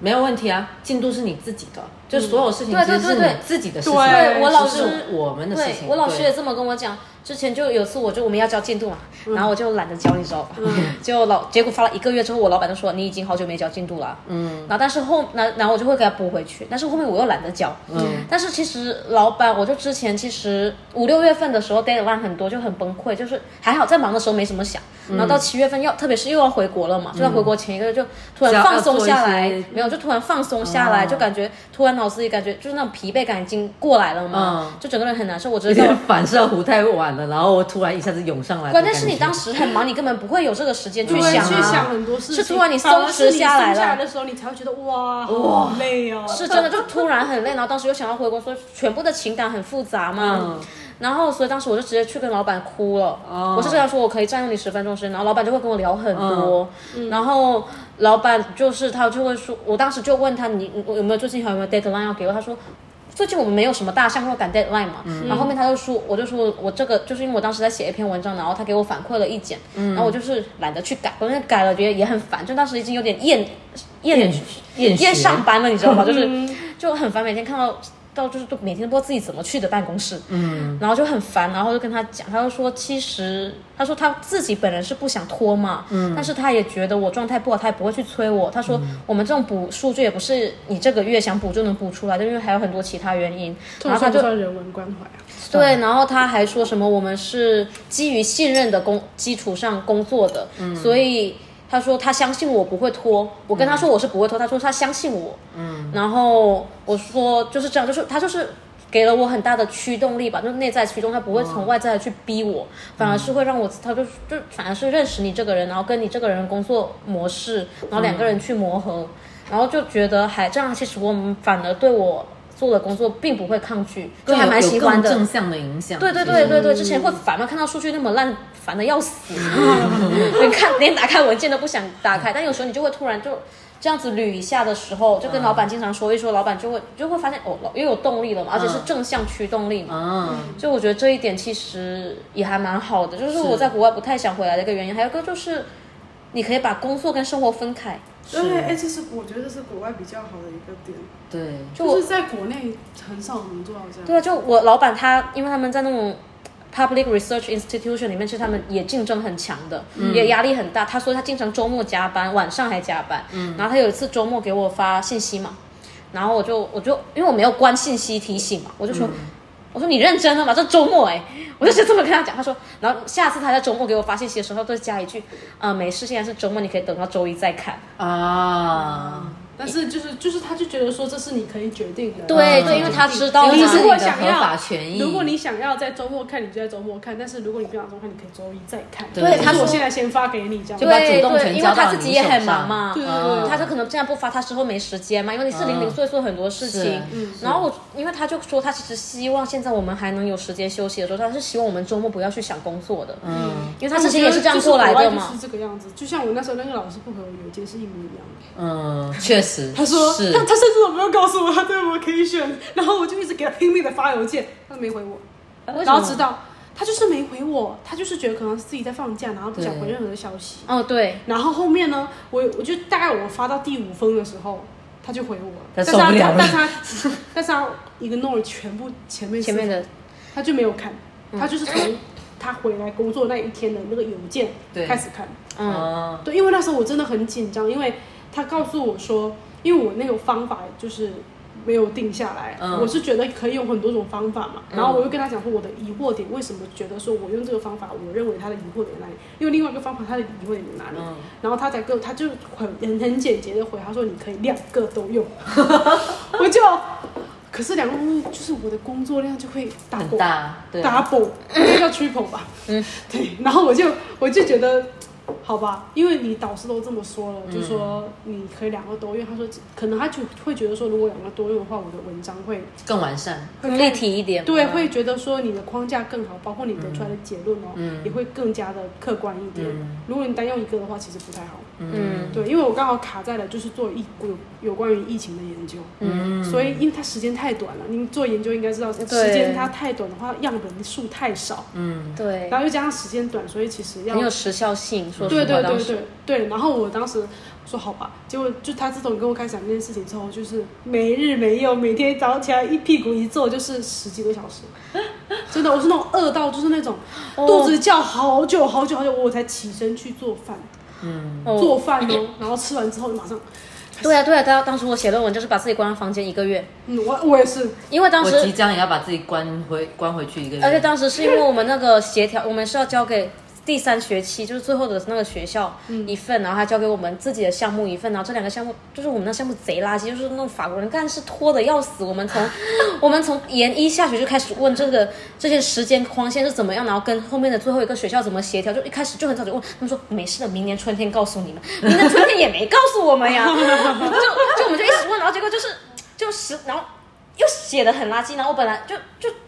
[SPEAKER 2] 没有问题啊，进度是你自己的，就是所有事情
[SPEAKER 1] 嗯对
[SPEAKER 2] 其实是
[SPEAKER 1] 对
[SPEAKER 2] 你
[SPEAKER 1] 对对
[SPEAKER 2] 自己的事情，
[SPEAKER 3] 对
[SPEAKER 1] 我老
[SPEAKER 2] 不是
[SPEAKER 1] 师
[SPEAKER 2] 我们的事
[SPEAKER 1] 对
[SPEAKER 2] 情。
[SPEAKER 1] 我老师
[SPEAKER 2] 对
[SPEAKER 1] 也这么跟我讲，之前就有次我就我们要交进度嘛，
[SPEAKER 2] 嗯
[SPEAKER 1] 然后我就懒得交，你知道吧？ 就老结果发了一个月之后，我老板就说你已经好久没交进度了，嗯，然后但是后然然后我就会给他补回去，但是后面我又懒得交，嗯， 但是其实老板我就之前其实五六月份的时候 deadline 很多就很崩溃，就是还好在忙的时候没什么想，
[SPEAKER 2] 嗯
[SPEAKER 1] 然后到七月份要特别是又要回国了嘛，就要回国前一个月就突
[SPEAKER 2] 想
[SPEAKER 1] 然
[SPEAKER 2] 要
[SPEAKER 1] 放松
[SPEAKER 2] 做一
[SPEAKER 1] 下来
[SPEAKER 2] 些，哦
[SPEAKER 1] 没有就突然放松下来，就感觉突然脑子里感觉就是那种疲惫感已经过来了嘛，
[SPEAKER 2] 嗯
[SPEAKER 1] 就整个人很难受，我
[SPEAKER 2] 有
[SPEAKER 1] 知道。
[SPEAKER 2] 点反射弧太晚了，然后我突然一下子涌上来。
[SPEAKER 1] 关键是你当
[SPEAKER 2] 时
[SPEAKER 1] 时很忙，你根本不会有这个时间去
[SPEAKER 3] 对
[SPEAKER 1] 想
[SPEAKER 3] 去
[SPEAKER 1] 啊。
[SPEAKER 3] 想很多事情，
[SPEAKER 1] 是突然你松
[SPEAKER 3] 反而是
[SPEAKER 1] 弛
[SPEAKER 3] 你
[SPEAKER 1] 下来
[SPEAKER 3] 松
[SPEAKER 1] 了
[SPEAKER 3] 的时候，你才会觉得哇，好累哦，
[SPEAKER 1] 是真的，就突然很累，然后当时又想要回国，所以全部的情感很复杂
[SPEAKER 3] 嗯
[SPEAKER 1] 嘛。然后，所以当时我就直接去跟老板哭了。
[SPEAKER 2] 哦
[SPEAKER 1] 我是跟他说我可以占用你十分钟时间，然后老板就会跟我聊很多。嗯
[SPEAKER 3] 嗯
[SPEAKER 1] 然后老板就是他就会说，我当时就问他你你有没有最近还有没有 deadline 要给我？他说最近我们没有什么大项目要赶 deadline 嘛，然后后面他就说，我就说我这个就是因为我当时在写一篇文章，然后他给我反馈了意见，然后我就是懒得去改，关键改了觉得也很烦，就当时已经有点厌厌
[SPEAKER 2] 厌
[SPEAKER 1] 厌嗯
[SPEAKER 2] 厌
[SPEAKER 1] 上班了，你知道吗？就是就很烦，每天看到到就是都每天都不知道自己怎么去的办公室，嗯，然后就很烦，然后就跟他讲，他就说其实他说他自己本人是不想拖嘛，嗯，但是他也觉得我状态不好，他也不会去催我，他说我们这种补数据也不是你这个月想补就能补出来的，因为还有很多其他原因，
[SPEAKER 3] 这
[SPEAKER 1] 然
[SPEAKER 3] 种
[SPEAKER 1] 后他
[SPEAKER 3] 算不
[SPEAKER 1] 就
[SPEAKER 3] 算人文关怀啊？
[SPEAKER 1] 对，然后他还说什么我们是基于信任的工基础上工作的，
[SPEAKER 2] 嗯
[SPEAKER 1] 所以他说他相信我不会拖，我跟他说我是不会拖，他说他相信我，嗯，然后我说就是这样，就是他就是。给了我很大的驱动力吧，就是内在驱动，他不会
[SPEAKER 2] 哦
[SPEAKER 1] 从外在的去逼我，反而
[SPEAKER 2] 嗯
[SPEAKER 1] 是会让我，他就就反而是认识你这个人，然后跟你这个人的工作模
[SPEAKER 2] 嗯
[SPEAKER 1] 哎式，然后两个人去磨合，然后就觉得还这样，其实我们反而对我做的工作并不会抗拒，就
[SPEAKER 2] 更
[SPEAKER 1] 还
[SPEAKER 2] 有
[SPEAKER 1] 蛮
[SPEAKER 2] 有
[SPEAKER 1] 喜欢
[SPEAKER 2] 更
[SPEAKER 1] 的。
[SPEAKER 2] 正向的影响。
[SPEAKER 1] 对对
[SPEAKER 2] 其实
[SPEAKER 1] 对对对，之前会烦嘛，看到数据那么烂，烦的要死，连看 连打开文件都不想打开。但有时候你就会突然就这样子捋一下的时候，就跟老板经常说一说，老板就会就会发现哦，老又有动力了嘛，而且是正向驱动力嘛。
[SPEAKER 2] 嗯，
[SPEAKER 1] 就我觉得这一点其实也还蛮好的，就是我在国外不太想回来的一个原因。还有一个就是，你可以把工作跟生活分开。
[SPEAKER 3] 对，哎，这是我觉得这是国外比较好的一个点，
[SPEAKER 2] 对，
[SPEAKER 1] 就我
[SPEAKER 3] 就是在国内很少能做到这样。
[SPEAKER 1] 对啊，就我老板他，因为他们在那种 public research institution 里面，其实他们也竞争很强的，也压力很大。他说他经常周末加班，晚上还加班。然后他有一次周末给我发信息嘛，然后我就我就因为我没有关信息提醒嘛，我就说。我说你认真了吗？这周末哎，我就直接这么跟他讲。他说，然后下次他在周末给我发信息的时候，都加一句，呃，没事，现在是周末，你可以等到周一再看。
[SPEAKER 2] 啊，
[SPEAKER 3] 但是就是就是，他就觉得说这是你可以决定的。
[SPEAKER 1] 对
[SPEAKER 2] 嗯
[SPEAKER 1] 对，因为他知道
[SPEAKER 3] 你
[SPEAKER 2] 这
[SPEAKER 1] 嘛
[SPEAKER 2] 是
[SPEAKER 3] 如
[SPEAKER 2] 你
[SPEAKER 3] 果
[SPEAKER 2] 的
[SPEAKER 3] 想
[SPEAKER 2] 合
[SPEAKER 3] 要
[SPEAKER 2] 法权益。
[SPEAKER 3] 如果你想要在周末看，你就在周末看；但是如果你不想周末看，你可以周一再看。
[SPEAKER 2] 对对
[SPEAKER 1] 他
[SPEAKER 3] 他说
[SPEAKER 1] 说
[SPEAKER 3] 我现在先发给你这样。
[SPEAKER 2] 就把主
[SPEAKER 1] 对
[SPEAKER 2] 动
[SPEAKER 1] 对
[SPEAKER 2] 权
[SPEAKER 1] 因为
[SPEAKER 2] 交
[SPEAKER 1] 他
[SPEAKER 2] 到
[SPEAKER 1] 自
[SPEAKER 2] 你
[SPEAKER 1] 己也
[SPEAKER 2] 手
[SPEAKER 1] 很忙
[SPEAKER 2] 上
[SPEAKER 1] 嘛，
[SPEAKER 3] 对对
[SPEAKER 2] 嗯
[SPEAKER 3] 对，
[SPEAKER 1] 他说可能现在不发，他之后没时间嘛，因为你是零零碎碎很多事情
[SPEAKER 2] 是。
[SPEAKER 3] 嗯
[SPEAKER 1] 然后我，因为他就说他其实希望现在我们还能有时间休息的时候，他是希望我们周末不要去想工作的，
[SPEAKER 2] 嗯
[SPEAKER 1] 因为他之前也是这样过来的
[SPEAKER 3] 我觉得就是国外就
[SPEAKER 1] 嘛。
[SPEAKER 3] 是这个样子。就像我那时候那个老师不和我邮件是一模一样的。
[SPEAKER 2] 嗯，确实，
[SPEAKER 3] 他说
[SPEAKER 2] 是
[SPEAKER 3] 他他甚至都没有告诉我他对我可以选，然后我就一直给他拼命的发邮件，他都没回我。
[SPEAKER 1] 为什
[SPEAKER 3] 然
[SPEAKER 1] 么
[SPEAKER 3] 后知道他就是没回我，他就是觉得可能是自己在放假，然后不想回
[SPEAKER 2] 对
[SPEAKER 3] 任何的消息。
[SPEAKER 1] 哦，对，
[SPEAKER 3] 然后后面呢，我我就大概我发到第五封的时候，他就回我了，
[SPEAKER 2] 他
[SPEAKER 3] 但是
[SPEAKER 2] 受不了了
[SPEAKER 3] 但是他但是他 ignore 全部前面
[SPEAKER 1] 前面
[SPEAKER 3] 四
[SPEAKER 1] 的
[SPEAKER 3] 封，他就没有看，
[SPEAKER 2] 嗯
[SPEAKER 3] 他就是从他回来工作那一天的那个邮件
[SPEAKER 2] 对
[SPEAKER 3] 开始看。
[SPEAKER 1] 嗯
[SPEAKER 2] 嗯
[SPEAKER 3] 对，因为那时候我真的很紧张，因为他告诉我说，因为我那个方法就是没有定下来，
[SPEAKER 2] 嗯
[SPEAKER 3] 我是觉得可以有很多种方法嘛。然后我又跟他讲说我的疑惑点，为什么觉得说我用这个方法，我认为他的疑惑点在哪里？因为另外一个方法他的疑惑点在哪里？
[SPEAKER 2] 嗯，
[SPEAKER 3] 然后他才跟我他就很很很简洁的回他说你可以两个都 用，我就可是两个都用就是我的工作量就会打
[SPEAKER 2] 很
[SPEAKER 3] 过
[SPEAKER 2] 大，对，
[SPEAKER 3] double，应该叫 triple 吧？嗯，对。然后我就我就觉得，好吧，因为你导师都这么说了，就说你可以两个多用。他说可能他就会觉得说，如果两个多用的话，我的文章会
[SPEAKER 2] 更完善，
[SPEAKER 1] 更立体一点。
[SPEAKER 3] 对，会觉得说你的框架更好，包括你得出来的结论哦，也会更加的客观一
[SPEAKER 2] 嗯
[SPEAKER 3] 点。如果你单用一个的话，其实不太好。
[SPEAKER 1] 嗯，
[SPEAKER 3] 对，因为我刚好卡在了就是做疫有有关于疫情的研究，嗯，所以因为它时间太短了，你做研究应该知道，时间它太短的话，样本数太少，
[SPEAKER 2] 嗯
[SPEAKER 1] 对，
[SPEAKER 3] 然后又加上时间短，所以其实要
[SPEAKER 1] 很有时效性。说实
[SPEAKER 3] 对
[SPEAKER 1] 话，
[SPEAKER 3] 对
[SPEAKER 1] 当
[SPEAKER 3] 对
[SPEAKER 1] 时
[SPEAKER 3] 对对。然后我当时说好吧，结果就他自从跟我开始讲这件事情之后，就是没日没夜，每天早上起来一屁股一坐就是十几个小时，真的，我是那种饿到就是那种
[SPEAKER 1] 哦
[SPEAKER 3] 肚子叫好久好久好久，我才起身去做饭，
[SPEAKER 1] 哦
[SPEAKER 3] 做饭哦，然后吃完之后马上，
[SPEAKER 1] 对啊对啊，当当时我写论文就是把自己关在房间一个月，
[SPEAKER 3] 嗯，我我也是，
[SPEAKER 1] 因为当
[SPEAKER 2] 我
[SPEAKER 1] 时
[SPEAKER 2] 即将也要把自己关回关回去一个
[SPEAKER 1] 而且
[SPEAKER 2] 月，
[SPEAKER 1] 当时是因为我们那个协调，我们是要交给第三学期，就是最后的那个学校一份，然后还交给我们自己的项目一份，然后这两个项目就是我们那项目贼垃圾，就是那种法国人干事拖的要死。我们从我们从研一下学就开始问这个这些时间框线是怎么样，然后跟后面的最后一个学校怎么协调，就一开始就很早就问他们说没事的，明年春天告诉你们，明年春天也没告诉我们呀， 就就我们就一直问，然后结果就是就十，然后又写的很垃圾，然后我本来就就。哦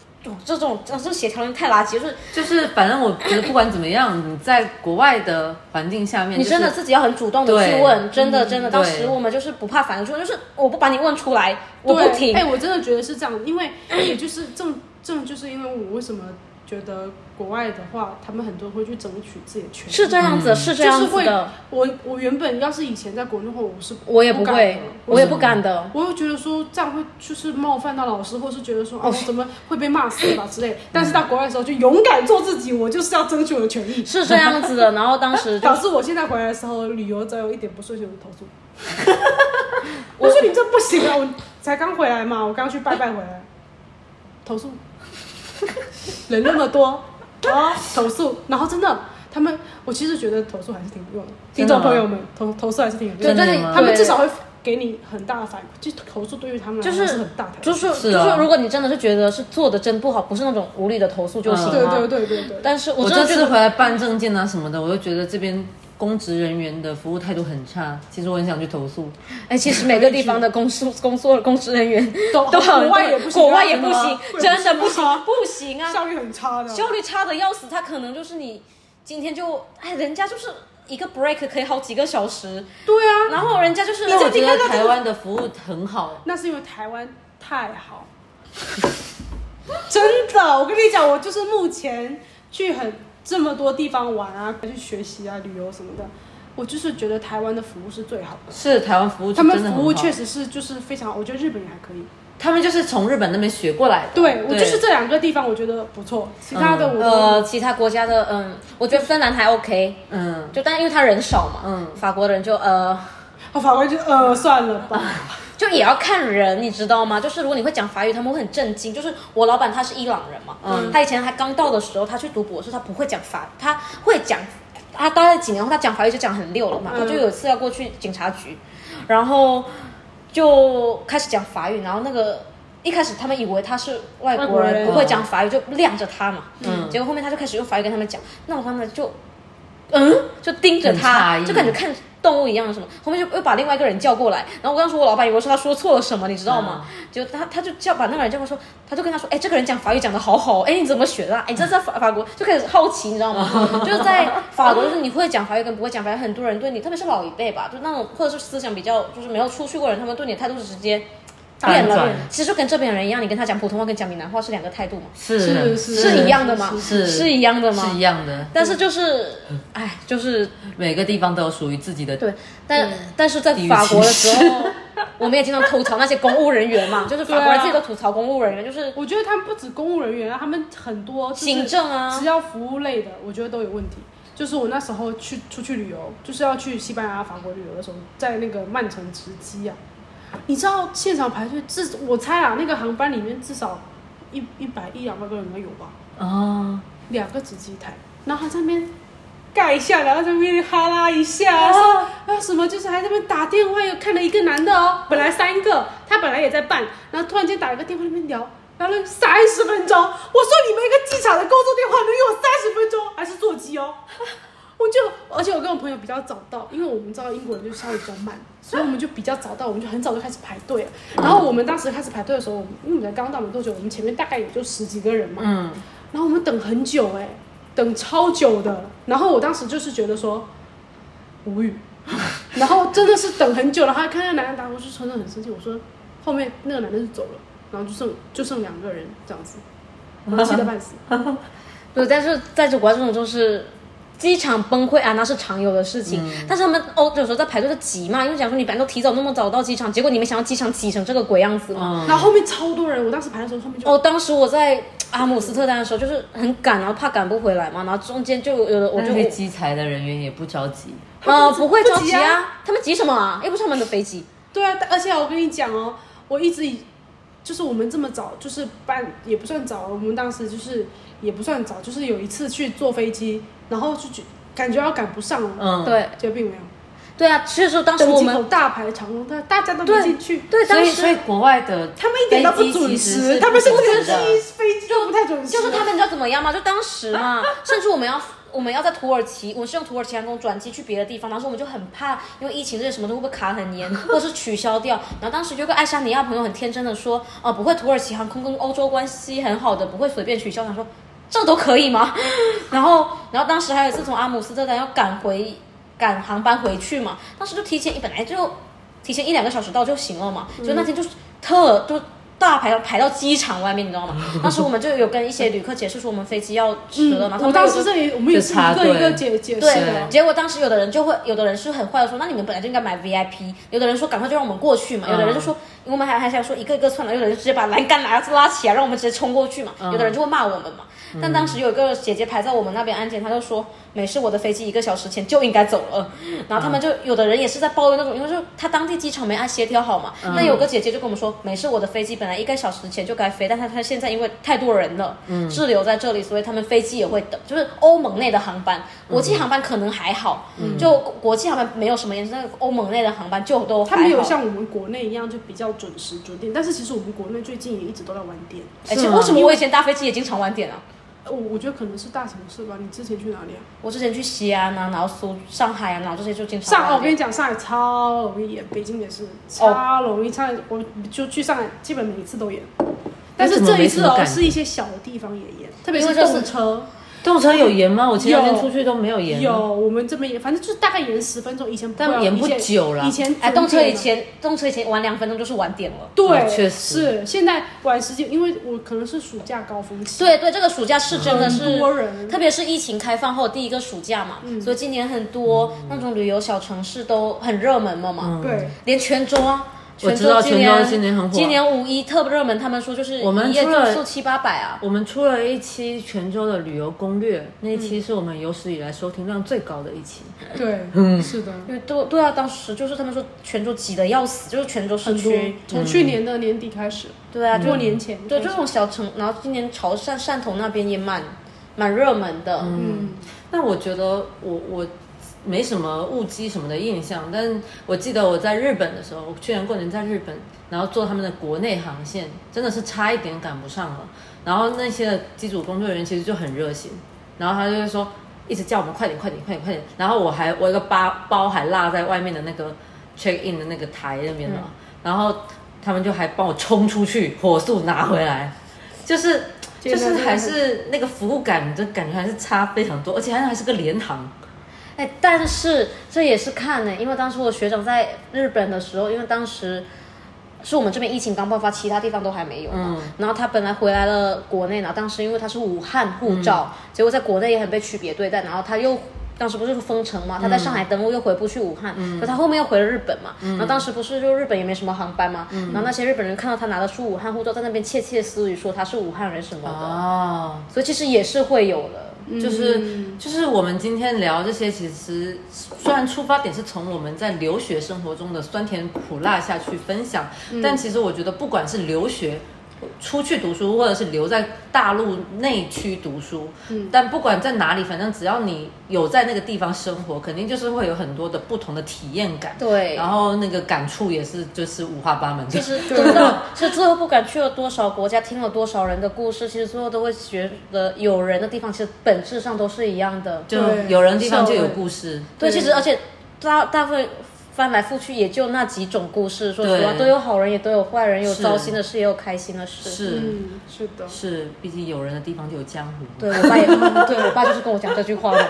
[SPEAKER 1] 这种这种协调能力太垃圾，就是
[SPEAKER 2] 就是反正我觉得不管怎么样，你在国外的环境下面，
[SPEAKER 1] 你真的自己要很主动的
[SPEAKER 2] 对
[SPEAKER 1] 去问，真的真的，当时
[SPEAKER 2] 对
[SPEAKER 1] 我们就是不怕反正就是我不把你问出来，我
[SPEAKER 3] 对
[SPEAKER 1] 不听
[SPEAKER 3] 哎、。我真的觉得是这样，因为也就是正正就是因为我为什么觉得国外的话，他们很多人会去争取自己的权益。
[SPEAKER 1] 是这样子，嗯是这样
[SPEAKER 3] 就是
[SPEAKER 1] 子
[SPEAKER 3] 会
[SPEAKER 1] 的，
[SPEAKER 3] 我我原本要是以前在国内的话，我是
[SPEAKER 1] 我也
[SPEAKER 3] 不
[SPEAKER 1] 不
[SPEAKER 3] 敢
[SPEAKER 1] 会
[SPEAKER 3] 的，
[SPEAKER 1] 我也不敢的。
[SPEAKER 3] 我又觉得说这样会就是冒犯到老师，或是觉得说哦怎么会被骂死吧之类。但是到国外的时候就勇敢做自己，我就是要争取我的权益。
[SPEAKER 1] 是这样子的，然后当时就
[SPEAKER 3] 导致我现在回来的时候，旅游只要有一点不顺心，我就投诉。我说你这不行啊！我才刚回来嘛，我刚去拜拜回来，投诉。人那么多啊，投诉，然后真的，他们我其实觉得投诉还是挺有用的，听
[SPEAKER 2] 真的
[SPEAKER 3] 众
[SPEAKER 2] 吗
[SPEAKER 3] 朋友们，投投诉还是挺有用的。
[SPEAKER 1] 对
[SPEAKER 2] 真的
[SPEAKER 1] 对
[SPEAKER 2] 吗
[SPEAKER 3] 他们至少会给你很大的反馈，就投诉对于他们来
[SPEAKER 1] 就是
[SPEAKER 3] 说很大的，
[SPEAKER 1] 就是
[SPEAKER 2] 是
[SPEAKER 1] 就
[SPEAKER 2] 啊
[SPEAKER 1] 是，如果你真的是觉得是做的真不好，不是那种无理的投诉就行
[SPEAKER 3] 对
[SPEAKER 1] 了。
[SPEAKER 3] 对对 对对。
[SPEAKER 1] 但是
[SPEAKER 2] 我
[SPEAKER 1] 我真
[SPEAKER 2] 这
[SPEAKER 1] 的觉
[SPEAKER 2] 次
[SPEAKER 1] 得
[SPEAKER 2] 回来办证件啊什么的，我就觉得这边公职人员的服务态度很差。其实我很想去投诉，
[SPEAKER 1] 哎，其实每个地方的公 诉工作公职人员
[SPEAKER 3] 都
[SPEAKER 1] 都很
[SPEAKER 3] 国外也不
[SPEAKER 1] 啊
[SPEAKER 3] 行啊
[SPEAKER 1] 国外也
[SPEAKER 3] 真的
[SPEAKER 1] 不
[SPEAKER 3] 吗
[SPEAKER 1] 行，
[SPEAKER 3] 不
[SPEAKER 1] 真的不
[SPEAKER 3] 行
[SPEAKER 1] 行
[SPEAKER 3] 吗，
[SPEAKER 1] 不行啊！
[SPEAKER 3] 效率很差的，
[SPEAKER 1] 效率差的要死，他可能就是你今天就哎，人家就是一个 break 可以好几个小时，
[SPEAKER 3] 对啊，
[SPEAKER 1] 然后人家就是
[SPEAKER 2] 但我觉得
[SPEAKER 1] 到
[SPEAKER 2] 台湾的服务很好，
[SPEAKER 3] 那是因为台湾太好， 真的，我跟你讲，我就是目前去很这么多地方玩啊，去学习啊、旅游什么的，我就是觉得台湾的服务是最好的。
[SPEAKER 2] 是台湾服务
[SPEAKER 3] 他
[SPEAKER 2] 真的
[SPEAKER 3] 们
[SPEAKER 2] 很好
[SPEAKER 3] 服务确，实是就是非常好，我觉得日本也还可以。
[SPEAKER 2] 他们就是从日本那边学过来的。
[SPEAKER 3] 对我就是这两个地方我觉得不错，其他的我都、
[SPEAKER 1] 呃其他国家的嗯，我觉得芬兰还 OK，
[SPEAKER 2] 嗯，
[SPEAKER 1] 就但因为他人少嘛，嗯，
[SPEAKER 2] 嗯
[SPEAKER 1] 法国人就呃。
[SPEAKER 3] 我法官就呃算了吧，
[SPEAKER 1] 就也要看人，你知道吗？就是如果你会讲法语，他们会很震惊。就是我老板他是伊朗人嘛，嗯他以前他刚到的时候，他去读博士，他不会讲法，他会讲，他待了几年后，他讲法语就讲很溜了嘛。
[SPEAKER 3] 嗯
[SPEAKER 1] 他就有一次要过去警察局，然后就开始讲法语，然后那个。一开始他们以为他是外国
[SPEAKER 3] 外国
[SPEAKER 1] 人，
[SPEAKER 3] 人
[SPEAKER 1] 不会讲法语，就晾着他嘛。
[SPEAKER 2] 嗯
[SPEAKER 1] 结果后面他就开始用法语跟他们讲，那我他们就，嗯，就盯着他，
[SPEAKER 2] 很诧异
[SPEAKER 1] 就感觉看动物一样什么。后面就又把另外一个人叫过来，然后我刚说我老板以为是他说错了什么，你知道吗？
[SPEAKER 2] 嗯
[SPEAKER 1] 就他他就叫把那个人叫过来说，他就跟他说，哎，这个人讲法语讲的好好，哎，你怎么学的、啊？哎，你这在法法国就开始好奇，你知道吗？ 就是在法国，就是你会讲法语跟不会讲法语，很多人对你，特别是老一辈吧，就那种或者是思想比较就是没有出去过的人，他们对你的态度是直接。变
[SPEAKER 2] 反
[SPEAKER 1] 了
[SPEAKER 2] 转，
[SPEAKER 1] 其实就跟这边人一样，你跟他讲普通话跟讲闽南话是两个态度嘛。
[SPEAKER 2] 是
[SPEAKER 3] 是
[SPEAKER 1] 是一样的吗？
[SPEAKER 2] 是
[SPEAKER 1] 一样的吗？
[SPEAKER 2] 是一样的，
[SPEAKER 1] 但是就是，哎，就是
[SPEAKER 2] 每个地方都有属于自己的。
[SPEAKER 1] 对，但但是在法国的时候， 我们也经常吐槽那些公务人员嘛，就是法国人自己都吐槽公务人员，就是
[SPEAKER 3] 我觉得他们不止公务人员啊，他们很多哦就是
[SPEAKER 1] 行政啊
[SPEAKER 3] 只，要服务类的，我觉得都有问题。就是我那时候去出去旅游，就是要去西班牙、法国旅游的时候，在那个曼城直机啊，你知道现场排队至我猜啊，那个航班里面至少一一百一两百个人应该有吧，
[SPEAKER 2] 哦，
[SPEAKER 3] 两个直机台，然后他在那边盖一下，然后在那边哈拉一下，说啊什么，就是还在那边打电话，又看了一个男的哦，本来三个，他本来也在办，然后突然间打了个电话那边聊。聊了三十分钟，我说你们一个机场的工作电话能有三十分钟，还是座机哦？ 我就，而且我跟我朋友比较早到，因为我们知道英国人就稍微比较慢，所以我们就比较早到，我们就很早就开始排队了。然后我们当时开始排队的时候，我们因为我们才刚到没多久，我们前面大概也就十几个人嘛，
[SPEAKER 2] 嗯，
[SPEAKER 3] 然后我们等很久哎、等超久的。然后我当时就是觉得说无语， 然后真的是等很久了，然后还看那个男的打，我就真的很生气，我说后面那个男的就走了，然后就剩就剩两个人这样子，我气得半死。
[SPEAKER 1] 对，但是在这国家这种就是。机场崩溃啊，那是常有的事情。但是他们欧有时候在排队的急嘛，因为讲说你本来都提早那么早到机场，结果你没想到机场挤成这个鬼样子嘛。
[SPEAKER 2] 嗯
[SPEAKER 3] 然后后面超多人，我当时排的时候后面就
[SPEAKER 1] 哦，当时我在阿姆斯特丹的时候，就是很赶，然后怕赶不回来嘛，然后中间就有的我
[SPEAKER 2] 那
[SPEAKER 1] 就
[SPEAKER 2] 些机材的人员也不着急，
[SPEAKER 1] 呃，不会
[SPEAKER 3] 不
[SPEAKER 1] 着
[SPEAKER 3] 急
[SPEAKER 1] 急啊，他们急什么啊？又不是他们的飞机。
[SPEAKER 3] 对啊，但而且我跟你讲哦，我一直以就是我们这么早，就是班也不算早，我们当时就是也不算早，就是有一次去坐飞机，然后就觉感觉要赶不上了，
[SPEAKER 2] 嗯，，
[SPEAKER 1] 对
[SPEAKER 3] 结果并没有。
[SPEAKER 1] 对啊，所以说当时
[SPEAKER 3] 登
[SPEAKER 1] 我
[SPEAKER 3] 机
[SPEAKER 1] 们
[SPEAKER 3] 口大排长龙，但大家都
[SPEAKER 1] 对
[SPEAKER 3] 没进去。
[SPEAKER 1] 对
[SPEAKER 2] 所
[SPEAKER 1] 当
[SPEAKER 2] 以所以
[SPEAKER 1] 时
[SPEAKER 2] 国外的
[SPEAKER 3] 他们一点都不准
[SPEAKER 2] 飞机其实
[SPEAKER 3] 时，
[SPEAKER 2] 是
[SPEAKER 3] 他们甚
[SPEAKER 2] 不
[SPEAKER 3] 至
[SPEAKER 2] 准时
[SPEAKER 3] 飞
[SPEAKER 2] 的
[SPEAKER 3] 飞机都不太准时。
[SPEAKER 1] 就是他们你知道怎么样吗？就当时嘛，甚至我们要。我们要在土耳其，我是用土耳其航空转机去别的地方，当时我们就很怕，因为疫情这些什么都会不会卡很严，或者是取消掉。然后当时有个爱沙尼亚朋友很天真的说，啊，不会，土耳其航空跟欧洲关系很好的，不会随便取消。我想说这都可以吗？ 然后，然后当时还有一次从阿姆斯特丹要赶回赶航班回去嘛，当时就提前本来就提前一两个小时到就行了嘛，
[SPEAKER 3] 嗯
[SPEAKER 1] 就那天就是特就大排排到机场外面，你知 道吗？当时我们就有跟一些旅客解释说我们飞机要迟了嘛，他
[SPEAKER 3] 嗯
[SPEAKER 1] 们
[SPEAKER 3] 我
[SPEAKER 1] 有
[SPEAKER 3] 当
[SPEAKER 1] 个
[SPEAKER 3] 时这里我们也是一
[SPEAKER 2] 就插
[SPEAKER 3] 个
[SPEAKER 2] 队
[SPEAKER 3] 一个解解释
[SPEAKER 1] 对，
[SPEAKER 3] 的，
[SPEAKER 1] 结果当时有的人就会，有的人是很坏的说，那你们本来就应该买 VIP，有的人说赶快就让我们过去嘛，有的人就说、嗯我们还还想说一个一个算了，有的人就直接把栏杆拿拉起来，让我们直接冲过去嘛，有的人就会骂我们嘛。
[SPEAKER 3] 嗯
[SPEAKER 1] 但当时有一个姐姐排在我们那边安检，她就说没事，我的飞机一个小时前就应该走了。
[SPEAKER 3] 嗯
[SPEAKER 1] 然后他们就
[SPEAKER 3] 嗯
[SPEAKER 1] 有的人也是在抱怨那种，因为就他当地机场没按协调好嘛，那有个姐姐就跟我们说没事，我的飞机本来。本来一个小时前就该飞，但他他现在因为太多人了，
[SPEAKER 3] 嗯
[SPEAKER 1] 滞留在这里，所以他们飞机也会等。就是欧盟内的航班，
[SPEAKER 3] 嗯
[SPEAKER 1] 国际航班可能还好，就国际航班没有什么延伸，但欧盟内的航班就都还
[SPEAKER 3] 它
[SPEAKER 1] 好
[SPEAKER 3] 没有像我们国内一样就比较准时准点，但是其实我们国内最近也一直都在晚点。
[SPEAKER 1] 而
[SPEAKER 2] 是
[SPEAKER 1] 且
[SPEAKER 2] 吗
[SPEAKER 1] 哎为什么我以前搭飞机也经常晚点啊？
[SPEAKER 3] 呃我我觉得可能是大城市吧。你之前去哪里啊？
[SPEAKER 1] 我之前去西安啊，然后苏上海啊，然后这些就经常
[SPEAKER 3] 上海，
[SPEAKER 1] 晚
[SPEAKER 3] 我跟你
[SPEAKER 1] 点
[SPEAKER 3] 讲，上海超容易演，北京也是超容易。上
[SPEAKER 1] 哎
[SPEAKER 3] 海，我就去上海，基本每一次都演。但是这一次
[SPEAKER 2] 为什么没什么
[SPEAKER 3] 哦，
[SPEAKER 2] 感觉
[SPEAKER 3] 是一些小地方也演，特别
[SPEAKER 1] 因为
[SPEAKER 3] 是
[SPEAKER 1] 就是
[SPEAKER 3] 动车。
[SPEAKER 2] 动车有盐吗？我前两天
[SPEAKER 3] 有
[SPEAKER 2] 出去都没有盐。
[SPEAKER 3] 有，我们这边也，反正就是大概演十分钟，以前不
[SPEAKER 2] 但
[SPEAKER 3] 会啊
[SPEAKER 2] 演不
[SPEAKER 3] 以前
[SPEAKER 2] 久啦
[SPEAKER 3] 以前
[SPEAKER 1] 哎，
[SPEAKER 3] 准
[SPEAKER 1] 动车
[SPEAKER 3] 点
[SPEAKER 1] 以
[SPEAKER 3] 啊
[SPEAKER 1] 前动车以前晚两分钟就是晚点了。
[SPEAKER 3] 对，
[SPEAKER 2] 哦确实
[SPEAKER 3] 是现在晚时间，因为我可能是暑假高峰期，
[SPEAKER 1] 对对，这个暑假是真的是
[SPEAKER 3] 很
[SPEAKER 2] 嗯
[SPEAKER 3] 多人
[SPEAKER 1] 特别是疫情开放后第一个暑假嘛，所以今年很多那种旅游小城市都很热门了
[SPEAKER 2] 嗯
[SPEAKER 1] 嘛，
[SPEAKER 3] 对，
[SPEAKER 1] 连泉州啊。
[SPEAKER 2] 我
[SPEAKER 1] 泉
[SPEAKER 2] 知道
[SPEAKER 1] 州今年
[SPEAKER 2] 泉州今年很火啊
[SPEAKER 1] 今年五一特热门，他们说就是
[SPEAKER 2] 我们
[SPEAKER 1] 一夜
[SPEAKER 2] 出
[SPEAKER 1] 住
[SPEAKER 2] 了
[SPEAKER 1] 宿七八百啊，
[SPEAKER 2] 我们出了一期泉州的旅游攻略，那一期是我们有史以来收听量最高的一期。
[SPEAKER 3] 对，嗯，是的，
[SPEAKER 1] 因为都对啊，当时就是他们说泉州挤得要死，就是泉州市
[SPEAKER 3] 很多
[SPEAKER 1] 区，
[SPEAKER 3] 从去年的年底开始，
[SPEAKER 1] 对
[SPEAKER 2] 嗯
[SPEAKER 1] 啊，就
[SPEAKER 3] 过年前，
[SPEAKER 1] 对，就这种小城，然后今年潮汕汕头那边也蛮蛮热门的，
[SPEAKER 3] 嗯，
[SPEAKER 2] 但我觉得我我没什么误机什么的印象，但是我记得我在日本的时候，我去年过年在日本，然后坐他们的国内航线，真的是差一点赶不上了。然后那些机组工作人员其实就很热心，然后他就会说一直叫我们快点快点快点快点，然后我还我一个包包还落在外面的那个 check in 的那个台那边了，
[SPEAKER 3] 嗯
[SPEAKER 2] 然后他们就还帮我冲出去，火速拿回来， 就是。就
[SPEAKER 3] 简单
[SPEAKER 2] 是
[SPEAKER 3] 真的
[SPEAKER 2] 还
[SPEAKER 3] 很
[SPEAKER 2] 是那个服务感，就感觉还是差非常多，而且它还是个联航，
[SPEAKER 1] 哎，但是这也是看呢、因为当时我学长在日本的时候，因为当时是我们这边疫情刚爆发，其他地方都还没有嘛。然后他本来回来了国内，然后当时因为他是武汉护照，结果在国内也很被区别对待，然后他又。当时不是封城嘛，他在上海登陆又回不去武汉，可他后面又回了日本嘛。然后当时不是就日本也没什么航班嘛，然后那些日本人看到他拿得出武汉护照，在那边窃窃私语说他是武汉人什么的，
[SPEAKER 2] 哦，
[SPEAKER 1] 所以其实也是会有的。
[SPEAKER 2] 就是、就是我们今天聊这些，其实虽然出发点是从我们在留学生活中的酸甜苦辣下去分享，但其实我觉得不管是留学。出去读书，或者是留在大陆内区读书，但不管在哪里，反正只要你有在那个地方生活，肯定就是会有很多的不同的体验感。
[SPEAKER 1] 对，
[SPEAKER 2] 然后那个感触也是就是五花八门的。
[SPEAKER 1] 其实真的是最后不管去了多少国家，听了多少人的故事，其实最后都会觉得有人的地方，其实本质上都是一样的。
[SPEAKER 2] 就
[SPEAKER 3] 对
[SPEAKER 2] 有人地方就有故事，
[SPEAKER 1] 对，
[SPEAKER 3] 对
[SPEAKER 1] 其实而且大大部分翻来覆去也就那几种故事，说实话
[SPEAKER 2] 对
[SPEAKER 1] 都有好人，也都有坏人，有
[SPEAKER 2] 是
[SPEAKER 1] 糟心的事，也有开心的事。
[SPEAKER 2] 是
[SPEAKER 3] 嗯，是 的，
[SPEAKER 2] 是，毕竟有人的地方就有江湖。
[SPEAKER 1] 对我爸也，嗯对我爸就是跟我讲这句话的。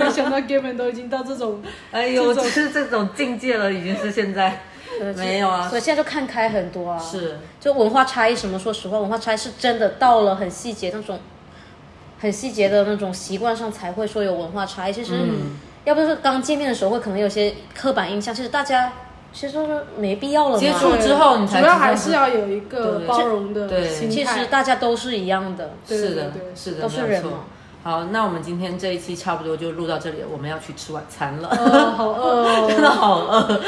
[SPEAKER 3] 没想到 Gavin 都已经到这种，
[SPEAKER 2] 哎呦，
[SPEAKER 3] 这种
[SPEAKER 2] 只是这种境界了，已经是现在
[SPEAKER 1] 对
[SPEAKER 2] 没有啊
[SPEAKER 1] 所以现在就看开很多啊。，
[SPEAKER 2] 是
[SPEAKER 1] 就文化差异什么，说实话，文化差异是真的到了很细节那种，很细节的那种习惯上才会说有文化差异。其实，
[SPEAKER 2] 嗯
[SPEAKER 1] 要不是刚见面的时候会可能有些刻板印象，其实大家其实说没必要了嘛。
[SPEAKER 2] 接触之后你才知
[SPEAKER 3] 主
[SPEAKER 2] 道
[SPEAKER 3] 要还是要有一个
[SPEAKER 2] 对
[SPEAKER 3] 包容的
[SPEAKER 2] 对
[SPEAKER 3] 心态。
[SPEAKER 1] 其实大家都是一样的。
[SPEAKER 3] 对
[SPEAKER 2] 是的
[SPEAKER 3] 对，对
[SPEAKER 2] 是的，
[SPEAKER 1] 都是
[SPEAKER 2] 没有
[SPEAKER 1] 人
[SPEAKER 2] 错
[SPEAKER 1] 嘛。
[SPEAKER 2] 好，那我们今天这一期差不多就录到这里了，我们要去吃晚餐了。
[SPEAKER 3] 哦，好饿
[SPEAKER 2] 真
[SPEAKER 3] 哦，
[SPEAKER 2] 的好饿。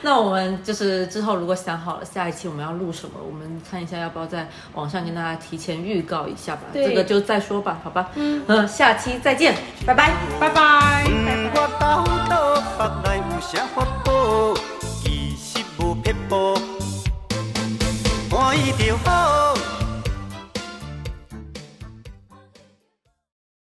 [SPEAKER 2] 那我们就是之后如果想好了下一期我们要录什么，我们看一下要不要在网上跟大家提前预告一下吧。
[SPEAKER 3] 对
[SPEAKER 2] 这个就再说吧，好吧。嗯下期再见，拜拜。
[SPEAKER 3] 拜拜。
[SPEAKER 4] 我兜倒腹内有啥花，